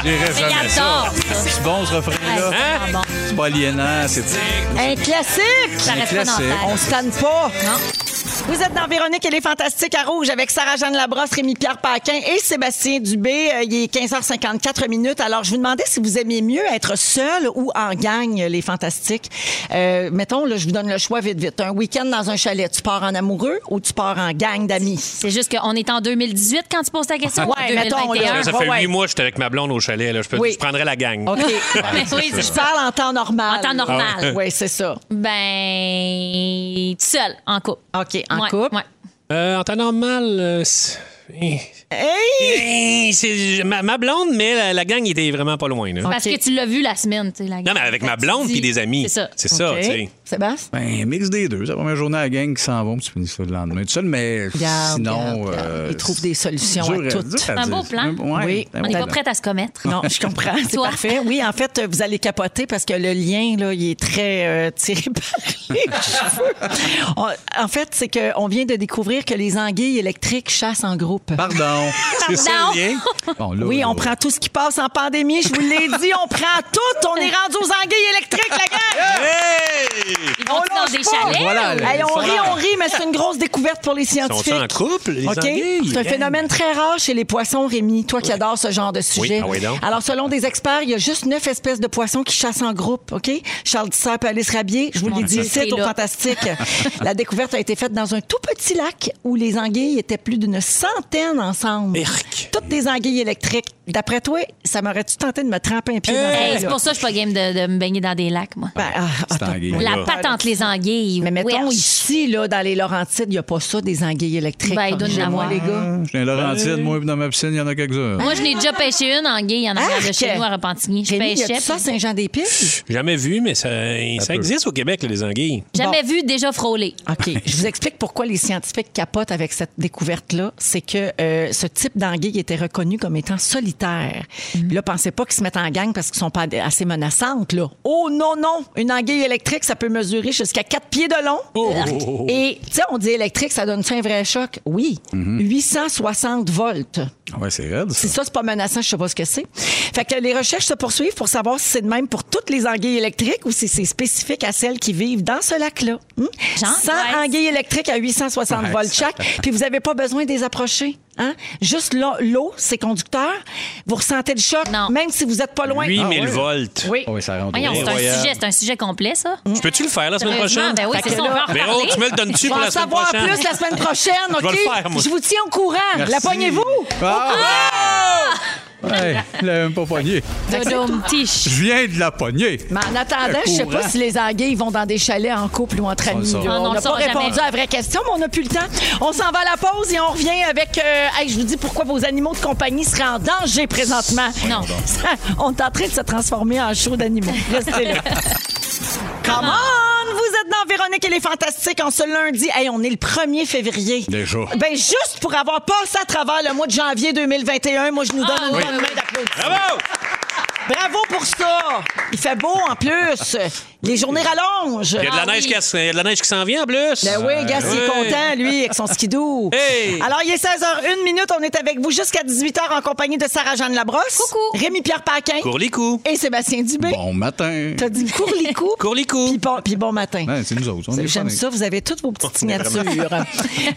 J'irais
Mais il
jamais ça.
adore ça.
C'est bon, ce refrain-là.
Ah, bon.
C'est pas aliénant, c'est...
Un classique!
Ça
Un
reste pas dans
classique.
On
la tête.
se tanne pas.
Non.
Vous êtes dans Véronique et les Fantastiques à Rouge avec Sarah-Jeanne Labrosse, Rémi-Pierre Paquin et Sébastien Dubé. Euh, Il est 15h54 minutes. Alors, je vous demandais si vous aimiez mieux être seul ou en gang, les Fantastiques. Euh, mettons, là, je vous donne le choix vite, vite. Un week-end dans un chalet, tu pars en amoureux ou tu pars en gang d'amis?
C'est juste qu'on est en 2018 quand tu poses ta question.
Ouais, mettons, là.
Ça
Ouais,
fait
ouais.
huit mois que j'étais avec ma blonde au chalet. Là. Je, peux,
Oui.
je prendrais la gang.
OK.
Mais oui,
<laughs> Je parle en temps normal.
En temps normal.
Oui, c'est ça.
Ben, tout seul, en couple.
OK, Ah, en
Ouais,
couple.
ouais.
Euh, en temps normal, euh, c'est- eh,
Hey!
eh, c'est ma, ma blonde, mais la, la gang était vraiment pas loin. là.
Parce
OK.
que tu l'as vu la semaine, tu sais, la
Non, mais avec ma blonde puis des amis.
C'est ça.
C'est ça,
OK.
tu sais.
Sébastien?
Ben, mix des deux. C'est la première journée à la gang qui s'en vont, puis tu finis ça le lendemain tout seul, mais
Regarde,
sinon... euh,
regarde, regarde. Ils trouvent des solutions à tout.
C'est
un beau plan.
Oui.
On n'est pas prête à se commettre.
Non, je comprends. C'est
Toi?
parfait. Oui, en fait, vous allez capoter parce que le lien, là, il est très euh, tiré par les <laughs> cheveux. On- en fait, c'est qu'on vient de découvrir que les anguilles électriques chassent en groupe. <laughs>
Pardon. C'est ça le lien? Bon, Bah, là,
Oui,
là,
on prend tout ce qui passe en pandémie. Je vous l'ai dit, on prend tout. On est rendu aux anguilles électriques, la gang.
Ils vont
On
dans
lâche
des
pas.
chalets.
Voilà, là,
Hey,
ils
on
sont
rit,
là.
on rit, mais c'est une grosse découverte pour les
Sont-ils
scientifiques.
en couple, les
OK?
anguilles?
C'est un phénomène très rare chez les poissons, Rémi. Toi qui adores ce genre de sujet.
ah oui donc.
Alors, selon des experts, il y a juste neuf espèces de poissons qui chassent en groupe. OK? Charles Dissert peut aller se rabier. Je vous l'ai dit
Dieu,
ici,
c'est
au
là.
Fantastique.
<laughs>
La découverte a été faite dans un tout petit lac où les anguilles étaient plus d'une centaine ensemble.
Erc.
Toutes des anguilles électriques. D'après toi, ça m'aurait-tu tenté de me tremper un pied dans
Hey,
ça,
c'est
là?
pour ça que je suis pas game de, de me baigner dans des lacs, moi.
Ben, ah,
C'est
attends.
anguille.
la
là.
patente, les anguilles.
Mais mettons,
wesh.
ici, là, dans les Laurentides, il n'y a pas ça, des anguilles électriques.
Ben, il doit y en
Chez moi,
avoir.
les gars.
Je suis un Laurentide, moi, puis dans ma piscine, il y en a quelques-uns.
Moi, je n'ai déjà pêché une anguille en arrière de
Arc!
chez nous à Repentigny. Je
Jenny, y
pêchais.
a-tu ça,
puis
Saint-Jean-des-Piles?
Jamais vu, mais ça, ça existe au Québec, les anguilles.
Jamais vu déjà frôler.
OK. Je vous explique pourquoi les scientifiques capotent avec cette découverte-là. C'est que euh, ce type d'anguille était reconnu comme étant solitaire. Puis Là, pensez pas qu'ils se mettent en gang parce qu'ils sont pas assez menaçantes, là. Oh non, non! Une anguille électrique, ça peut mesurer jusqu'à 4 pieds de long. Et, tu sais, on dit électrique, ça donne un vrai choc? Oui. 860 volts.
Ouais, c'est raide,
Si
ça.
ça, c'est pas menaçant, je sais pas ce que c'est. Fait que les recherches se poursuivent pour savoir si c'est de même pour toutes les anguilles électriques ou si c'est spécifique à celles qui vivent dans ce lac-là. Hum?
Genre,
100
ouais.
anguilles électriques à 860
Ouais,
volts
ça-
chaque, puis vous n'avez pas besoin de les approcher. Hein? Juste l'eau, l'eau, c'est conducteur. Vous ressentez le choc,
Non.
même si vous êtes pas loin. Ah
8000 volts.
Oui.
Ah oui, ça rentre.
Voyons,
au-
c'est un
Incroyable.
sujet, c'est un sujet complet, ça.
Je peux-tu le faire la semaine
Sérieusement,
prochaine?
ben oui,
Fait
c'est
que
ça, on
là-
va en
Véro,
reparler.
tu me le donnes-tu
Je
pour
vais en
la semaine
savoir
prochaine?
plus la semaine prochaine,
<laughs> Je vais
OK?
le faire, moi.
vous Oh! tiens au courant.
Merci.
La pognez-vous.
Ah! Hey, il l'avait même pas pogné.
Dodom tiche.
Je viens de la pogner.
Mais en attendant,
Le
je sais
courant.
pas si les anguilles vont dans des chalets en couple ou entre amis.
le saura.
là.
Ah, non,
on n'a
on le
pas
saura
répondu
jamais.
à la vraie question, mais on n'a plus le temps. On s'en va à la pause et on revient avec. euh, hey, je vous dis pourquoi vos animaux de compagnie seraient en danger présentement.
Non.
Ça, <laughs> on est en train de se transformer en show d'animaux. Restez
<laughs>
là. Come on! Vous êtes dans Véronique et les Fantastiques en ce lundi. Hey, on est le 1er février.
Déjà.
Ben, juste pour avoir passé à travers le mois de janvier 2021, moi, je nous donne
Ah
une
oui.
bonne main d'applaudissements.
Bravo!
Bravo pour ça! Il fait beau en plus! Les journées rallongent!
Il y a de la
Ah
neige
oui.
qui a- il y a de la neige qui s'en vient en plus.
Ben oui, Gas, il est
Ouais.
content, lui, avec son skidoo.
Hey!
Alors, il est 16h01 minute. On est avec vous jusqu'à 18h en compagnie de Sarah-Jeanne Labrosse.
Coucou.
Rémi-Pierre Paquin.
Courlicou.
Et Sébastien Dubé.
Bon matin.
T'as dit courlicou.
Courlicou.
Puis bon, puis bon matin.
Ben, c'est nous autres. On est
J'aime
pas
ça, vous avez toutes vos petites
On est
signatures.
vraiment-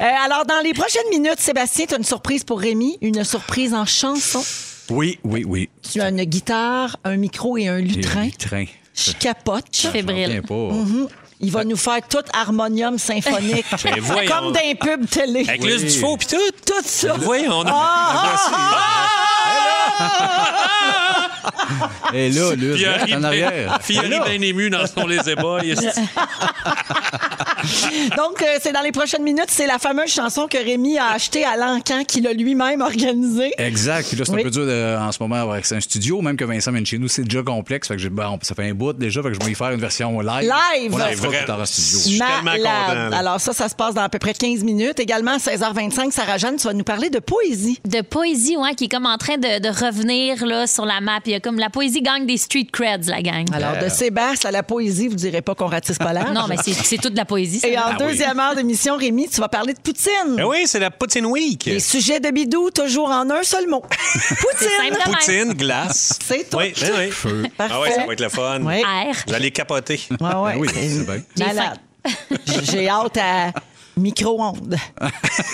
Euh, alors, dans les prochaines minutes, Sébastien, tu as une surprise pour Rémi, une surprise en chanson.
des- Oui, oui, oui.
Tu as une guitare, un micro et un lutrin.
Les trains.
Je capote.
Fébrile.
pas.
Mm-hmm. Il va nous faire tout harmonium
<laughs>
symphonique.
Mais Ben voyons.
Comme d'un pub télé.
Avec
Oui.
l'us du faux puis tout.
Tout ça.
Voyons,
Ah,
on a.
Et
Ah,
là,
Puis il
Luce,
arrive
en arrière.
Fiori bien ému dans son les ébats.
<laughs>
Il est-
Donc, euh, c'est dans les prochaines minutes. C'est la fameuse chanson que Rémi a achetée à l'encan qu'il a lui-même organisée.
Eh,
Exact. Puis là, c'est
Oui.
un peu dur de- en ce moment avec un studio, même que Vincent vient de chez nous, c'est déjà complexe. Fait que j'ai- bon, ça fait un bout déjà, fait que je vais y faire une version live.
Live!
On la fera
Vrai.
plus tard en studio.
suis tellement
Malade.
content, là.
Alors ça, ça se passe dans à peu près 15 minutes. Également, à 16h25, Sarah-Jeanne, tu vas nous parler de poésie.
De poésie, ouais, qui est comme en train de, de revenir là, sur la map. Il y a comme la poésie gagne des street creds, la gang.
Alors,
Euh.
de Sébastien à la poésie, vous direz pas qu'on ratisse pas large.
Non, mais c'est- c'est toute de la poésie. ça.
Et en
Ah oui.
deuxième heure d'émission, Rémi, tu vas parler de Poutine.
Ben oui, c'est la Poutine Week.
Les sujets de bidou, toujours en un seul
<laughs>
mot. Poutine!
simple.
Poutine, glace.
C'est tout.
Oui, oui, oui.
Feu.
Parfait.
Ah ouais, ça va être le fun.
Oui.
R.
Vous allez capoter.
Ouais, ouais.
Ben oui, c'est bien.
J'ai
Malade. J'ai hâte à micro-ondes.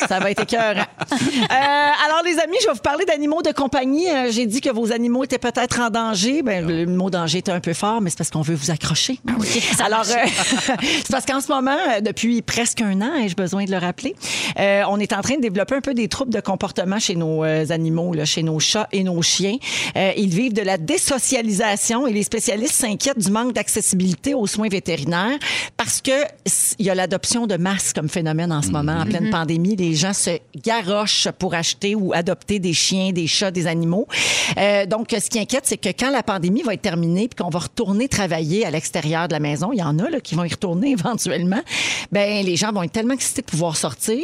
Ça va être écœurant. Euh, alors, les amis, je vais vous parler d'animaux de compagnie. Euh, J'ai dit que vos animaux étaient peut-être en danger.
Ah.
Ben, le mot danger était un peu fort, mais c'est parce qu'on veut vous accrocher.
Ah
Alors, euh, <laughs> c'est parce qu'en ce moment, euh, depuis presque un an, ai-je besoin de le rappeler, euh, on est en train de développer un peu des troubles de comportement chez nos euh, animaux, là, chez nos chats et nos chiens. Euh, ils vivent de la désocialisation et les spécialistes s'inquiètent du manque d'accessibilité aux soins vétérinaires parce que s- il y a l'adoption de masse comme phénomène en ce moment, en pleine pandémie. Les gens se garochent pour acheter ou adopter des chiens, des chats, des animaux. Euh, donc, ce qui inquiète, c'est que quand la pandémie va être terminée puis qu'on va retourner travailler à l'extérieur de la maison, il y en a là, qui vont y retourner <laughs> éventuellement, ben les gens vont être tellement excités de pouvoir sortir.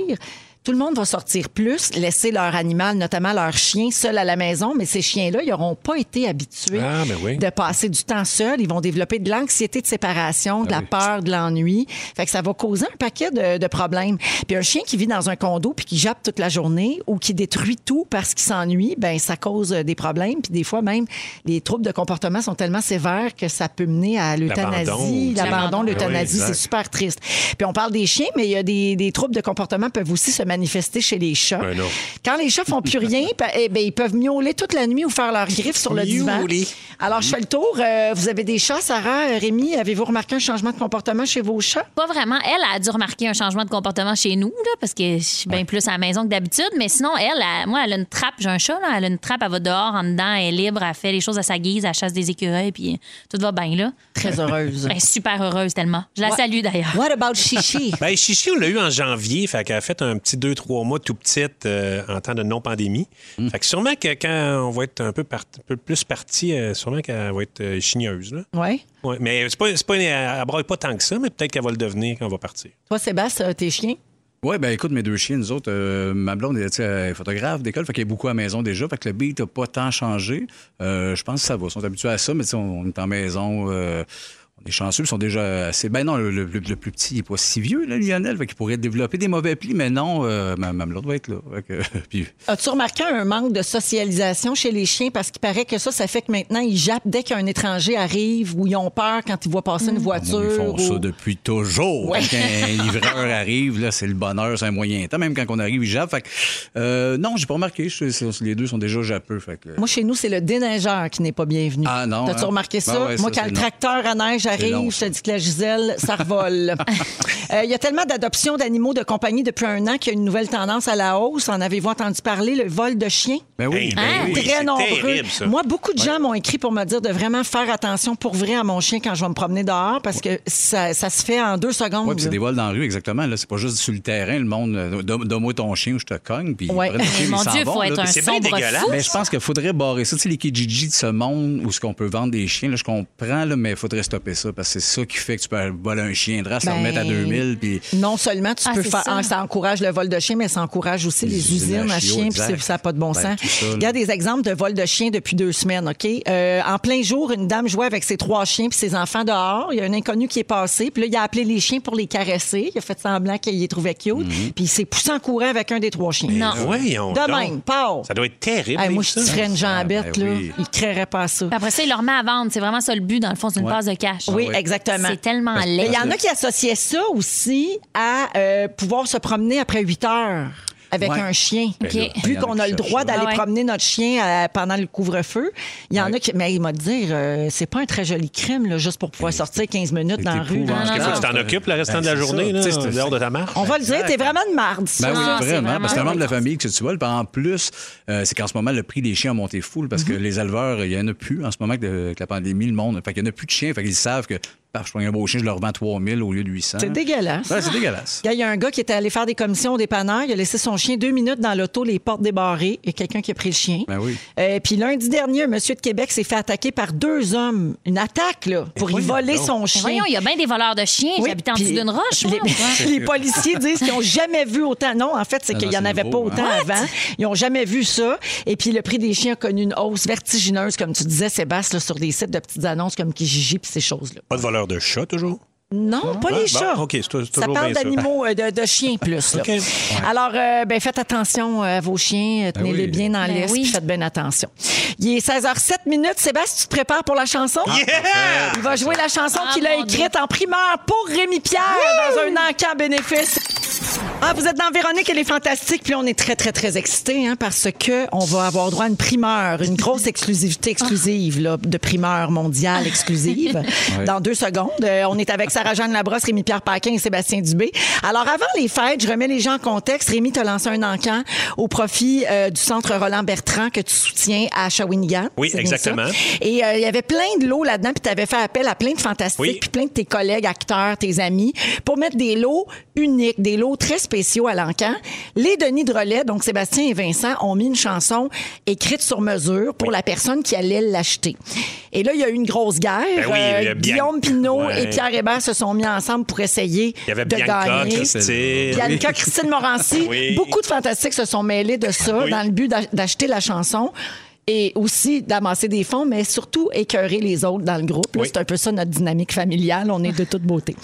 Tout le monde va sortir plus, laisser leur animal, notamment leur chien, seul à la maison, mais ces chiens-là, ils n'auront pas été habitués
Ah, ben oui.
de passer du temps seul. Ils vont développer de l'anxiété de séparation, de la peur, de l'ennui. Fait que ça va causer un paquet de, de problèmes. Puis un chien qui vit dans un condo puis qui jappe toute la journée ou qui détruit tout parce qu'il s'ennuie, ben ça cause euh, des problèmes. Puis des fois même, les troubles de comportement sont tellement sévères que ça peut mener à l'euthanasie,
L'abandon.
l'abandon,
L'abandon.
l'euthanasie.
Ah Oui,
c'est
exact.
super triste. Puis on parle des chiens, mais il y a des, des troubles de comportement peuvent aussi se manifester chez les chats.
Ben non.
Quand les chats font plus
<laughs>
rien, ben, eh ben, ils peuvent miauler toute la nuit ou faire leurs griffes sur le divan.
Miauler.
Alors, je fais le tour. Euh, vous avez des chats, Sarah, euh, Rémi. Avez-vous remarqué un changement de comportement chez vos chats?
Pas vraiment. Elle a dû remarquer un changement de comportement chez nous, là, parce que je suis bien plus à la maison que d'habitude. Mais sinon, elle, elle- moi, elle a une trappe. J'ai un chat, là. Elle a une trappe. Elle va dehors, en dedans. Elle est libre. Elle fait les choses à sa guise. Elle chasse des écureuils. Puis tout va bien, là.
Très <laughs> heureuse.
Elle est super heureuse, tellement. Je la
Ouais.
salue, d'ailleurs.
What about Chichi?
Ben, Chichi, on l'a eu en janvier. Fait qu'elle a fait un petit 2-3 mois tout petite euh, en temps de non-pandémie.
Mm.
Fait que sûrement que quand on va être un peu, part- un peu plus parti, euh, sûrement qu'elle va être euh, chigneuse. Là.
oui.
Ouais, mais c'est pas, c'est pas une- elle ne braille pas tant que ça, mais peut-être qu'elle va le devenir quand on va partir.
Toi, Sébastien, euh, tes chiens?
Oui, ben écoute, mes deux chiens, nous autres, euh, ma blonde elle, tu sais, elle est photographe d'école, fait qu'elle est beaucoup à la maison déjà, fait que le beat n'a pas tant changé. Euh, je pense que ça va. Ils sont habitués à ça, mais tu sais, on, on est en maison. euh, on est chanceux, ils sont déjà assez. Ben non, le, le- le plus petit, il n'est pas si vieux, là, Lionel, fait qu'il pourrait développer des mauvais plis, mais non, euh, ma, ma blonde va être là. Fait que- <laughs> puis,
As-tu remarqué un manque de socialisation chez les chiens? Parce qu'il paraît que ça, ça fait que maintenant, ils jappent dès qu'un étranger arrive ou ils ont peur quand Ah, ils voient passer une voiture.
Ils font
ou-
ça depuis toujours. Quand un livreur arrive, là, c'est le bonheur, c'est un moyen temps. Même quand on arrive, il jappe. Fait que, euh, non, j'ai pas remarqué. Je- c'est- les deux sont déjà jappeux. Fait que,
Moi, chez nous, c'est le déneigeur qui n'est pas bienvenu.
Ah, non,
T'as-tu
hein?
remarqué ça?
Ah ouais,
Moi,
ça,
quand
c'est
le
non.
tracteur à neige
C'est long,
j'arrive, je te
ça.
dis que la Gisèle, ça
<laughs>
revole. Euh, Il y a tellement d'adoptions d'animaux de compagnie depuis un an qu'il y a une nouvelle tendance à la hausse. En avez-vous entendu parler, le vol de chiens?
Ben oui,
Hey,
ben
ben
Hein?
oui,
très
c'est
nombreux.
terrible, ça.
Moi, beaucoup de gens m'ont écrit pour me dire de vraiment faire attention pour vrai à mon chien quand je vais me promener dehors parce que ça, ça se fait en deux secondes.
Ouais, puis c'est
là.
des vols dans la rue, exactement. Là, c'est pas juste sur le terrain, le monde, euh, Donne- donne-moi ton chien ou je te cogne, puis ils
Ouais.
prennent le chien,
Eh, <laughs> Mon
ils s'en
Dieu,
vont,
faut
là.
être un
c'est bien
sombre
dégueulasse.
fou.
Mais je pense qu'il faudrait barrer ça. Tu sais, les Kijiji de ce monde où ce qu'on peut vendre des chiens, là, je comprends, là, mais il faudrait stopper ça parce que c'est ça qui fait que tu peux voler un chien de race, le
Ben,
remettre à 2000, puis ben
Non seulement tu
Ah,
peux
c'est
faire.
ça.
ah, Ça. encourage le vol de chiens, mais ça encourage aussi les, usines à
chiots,
chiens, puis
exact.
c'est- ça n'a pas de bon
Ben,
sens.
tout ça, là.
Regarde des exemples de vol de chiens depuis deux semaines, OK? Euh, en plein jour, une dame jouait avec ses trois chiens puis ses enfants dehors. Il y a un inconnu qui est passé, puis là, il a appelé les chiens pour les caresser. Il a fait semblant qu'il les trouvait cute,
Mhm.
puis il s'est poussé en courant avec un des trois chiens.
Non.
Ben, Voyons
De
donc.
même, pao.
Ça doit être terrible.
Hey, moi,
vivre
je
ça.
tirerais une jambette,
ben
là.
oui.
Il ne créerait pas ça.
Puis après ça, il le remet à vendre. C'est vraiment ça le but, dans le fond, c'est une passe de cash.
Ah,
Oui, exactement.
C'est tellement
Mais
laid.
il y en a qui associaient ça aussi à euh, pouvoir se promener après 8 heures avec
Ouais.
un chien.
OK.
là, il
Vu
y en a
qu'on
qui
a le
cherchent
droit
ça.
d'aller
Ah ouais.
promener notre chien euh, pendant le couvre-feu, il y en a qui. Mais il m'a dit, euh, c'est pas un très joli crime, là, juste pour pouvoir sortir 15 minutes
C'est
dans la rue.
Non,
épouvantable.
non,
Parce qu'il faut que tu t'en occupes le restant
Ben,
de la
c'est
journée,
ça.
là,
Tu sais, c'est-
dehors de ta marche.
On va le dire, t'es vraiment une marde. ça.
Ben oui,
Non, c'est
vraiment,
vraiment
parce que c'est un membre de la
intense.
famille que tu voles. Puis en plus, euh, c'est qu'en ce moment, le prix des chiens a monté fou là, parce
Mm-hmm.
que les éleveurs, il n'y en a plus en ce moment que, que la pandémie, le monde. Fait qu'il n'y en a plus de chiens. Fait qu'ils savent que paf, je prends un beau chien, je le revends 3000 au lieu de 800.
C'est dégueulasse.
Ouais, c'est dégueulasse.
<laughs>
Gars, Il y a un gars qui était allé faire des commissions au dépanneur. Il a laissé son chien deux minutes dans l'auto, les portes débarrées. Il y a quelqu'un qui a pris le chien.
Ben oui.
Euh, puis lundi dernier, un monsieur de Québec s'est fait attaquer par deux hommes. Une attaque, là, pour y voler son
Mais
chien.
Voyons, il y a bien des voleurs de chiens.
Oui,
J'habite en
puis
dessous d'une roche, hein, moi.
les, <laughs>
moi.
les policiers disent qu'ils n'ont jamais vu autant. Non, en fait, c'est
Ah
qu'il
non,
n'y en
c'est
avait pas
nouveau, hein.
autant avant. Ils n'ont jamais vu ça. Et puis, le prix des chiens a connu une hausse vertigineuse, comme tu disais, Sébastien, là, sur des sites de petites annonces comme Kijiji puis ces choses-là.
Pas de voleur de chat, toujours.
Non, pas
Ah,
les
bon,
chats.
OK, c'est tou-
ça
toujours
parle
bien ça.
d'animaux, euh, de, de chiens plus. là.
OK. Ouais.
Alors, euh, ben, faites attention euh, à vos chiens. euh, Tenez-les
oui.
bien dans
Ben
l'est,
oui.
puis faites bien attention. Il est 16h07 minutes. Sébastien, tu te prépares pour la chanson?
Ah,
Il va jouer la chanson
Ah,
qu'il a
mon Dieu.
écrite en primaire pour Rémi Pierre dans un encamp bénéfice. Ah, vous êtes dans Véronique, elle est fantastique. Puis on est très, très, très excités hein, parce que on va avoir droit à une primeur, une grosse exclusivité exclusive là, de primeur mondiale
<laughs>
exclusive. Dans deux secondes, Euh, on est avec Sarah-Jeanne Labrosse, Rémi-Pierre Paquin et Sébastien Dubé. Alors, avant les fêtes, je remets les gens en contexte. Rémi t'a lancé un encan au profit euh, du Centre Roland-Bertrand que tu soutiens à Shawinigan.
Oui,
C'est bien ça?
exactement.
Et euh, il y avait plein de lots là-dedans, puis tu avais fait appel à plein de fantastiques,
Oui.
puis plein de tes collègues, acteurs, tes amis, pour mettre des lots uniques, des lots très spéciaux à l'encan. Les Denis de Relais, donc Sébastien et Vincent, ont mis une chanson écrite sur mesure pour la personne qui allait l'acheter. Et là, il y a eu une grosse guerre. euh,
Ben oui, il y a eu la Bian-
Guillaume Pinault
Ouais.
et Pierre Hébert se sont mis ensemble pour essayer
Il y avait
de
Bianca,
gagner.
Christine.
Bianca, Christine Morancy.
Oui.
Beaucoup de fantastiques se sont mêlés de ça
Oui.
dans le but d'ach- d'acheter la chanson et aussi d'amasser des fonds, mais surtout écœurer les autres dans le groupe. Là,
Oui.
C'est un peu ça notre dynamique familiale. On est de toute beauté.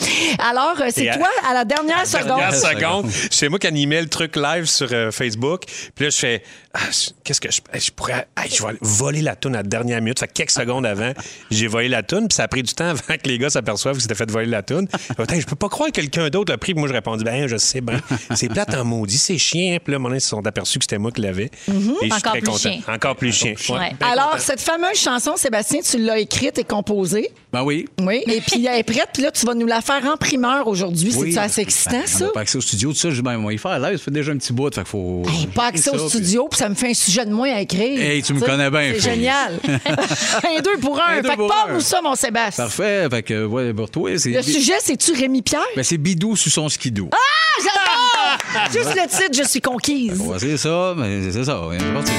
Alors, euh, c'est
Et à-
toi, à la dernière seconde.
dernière
seconde.
seconde. C'est moi qui animais le truc live sur euh, Facebook. Puis là, je fais Ah, je- Qu'est-ce que je, je pourrais. ah, je vais aller voler la toune à la dernière minute. Fait que quelques secondes avant, j'ai volé la toune. Puis ça a pris du temps avant que les gars s'aperçoivent que c'était fait voler la toune. Puis, Putain, je peux pas croire que quelqu'un d'autre l'a pris. Puis moi, je répondis Ben, je sais, ben, c'est plate en maudit, c'est chien. Puis là, à un moment donné, ils se sont aperçus que c'était moi qui l'avais. Et je suis
Encore
très
plus
content.
chien.
Encore plus chien.
Ouais.
Ben,
Alors, cette fameuse chanson, Sébastien, tu l'as écrite et composée.
Ben oui.
Oui. Et puis, elle est prête. Puis là, tu vas nous la faire en primeur aujourd'hui.
Oui,
C'est
parce que,
assez excitant,
ben,
ça?
On n'a pas accès au studio, tout ça. Je dis, ben, on va y faire live. Ça fait déjà un petit bout. Fait qu'il faut.
Hey, pas accès
ça,
au studio, puis ça me fait un sujet de moins à écrire.
Hey, tu me
sais,
connais bien,
C'est
fille. <laughs>
génial. un deux pour un.
Un deux
fait que
pour
parle-nous
un.
ça, mon Sébastien.
Parfait. Fait que, ouais, pour toi, c'est.
Le sujet, c'est-tu Rémi Pierre?
Ben, c'est Bidou sous son skidou.
Ah, j'adore! Juste le titre, je suis conquise.
Ah Ouais, c'est ça, mais c'est ça. C'est parti.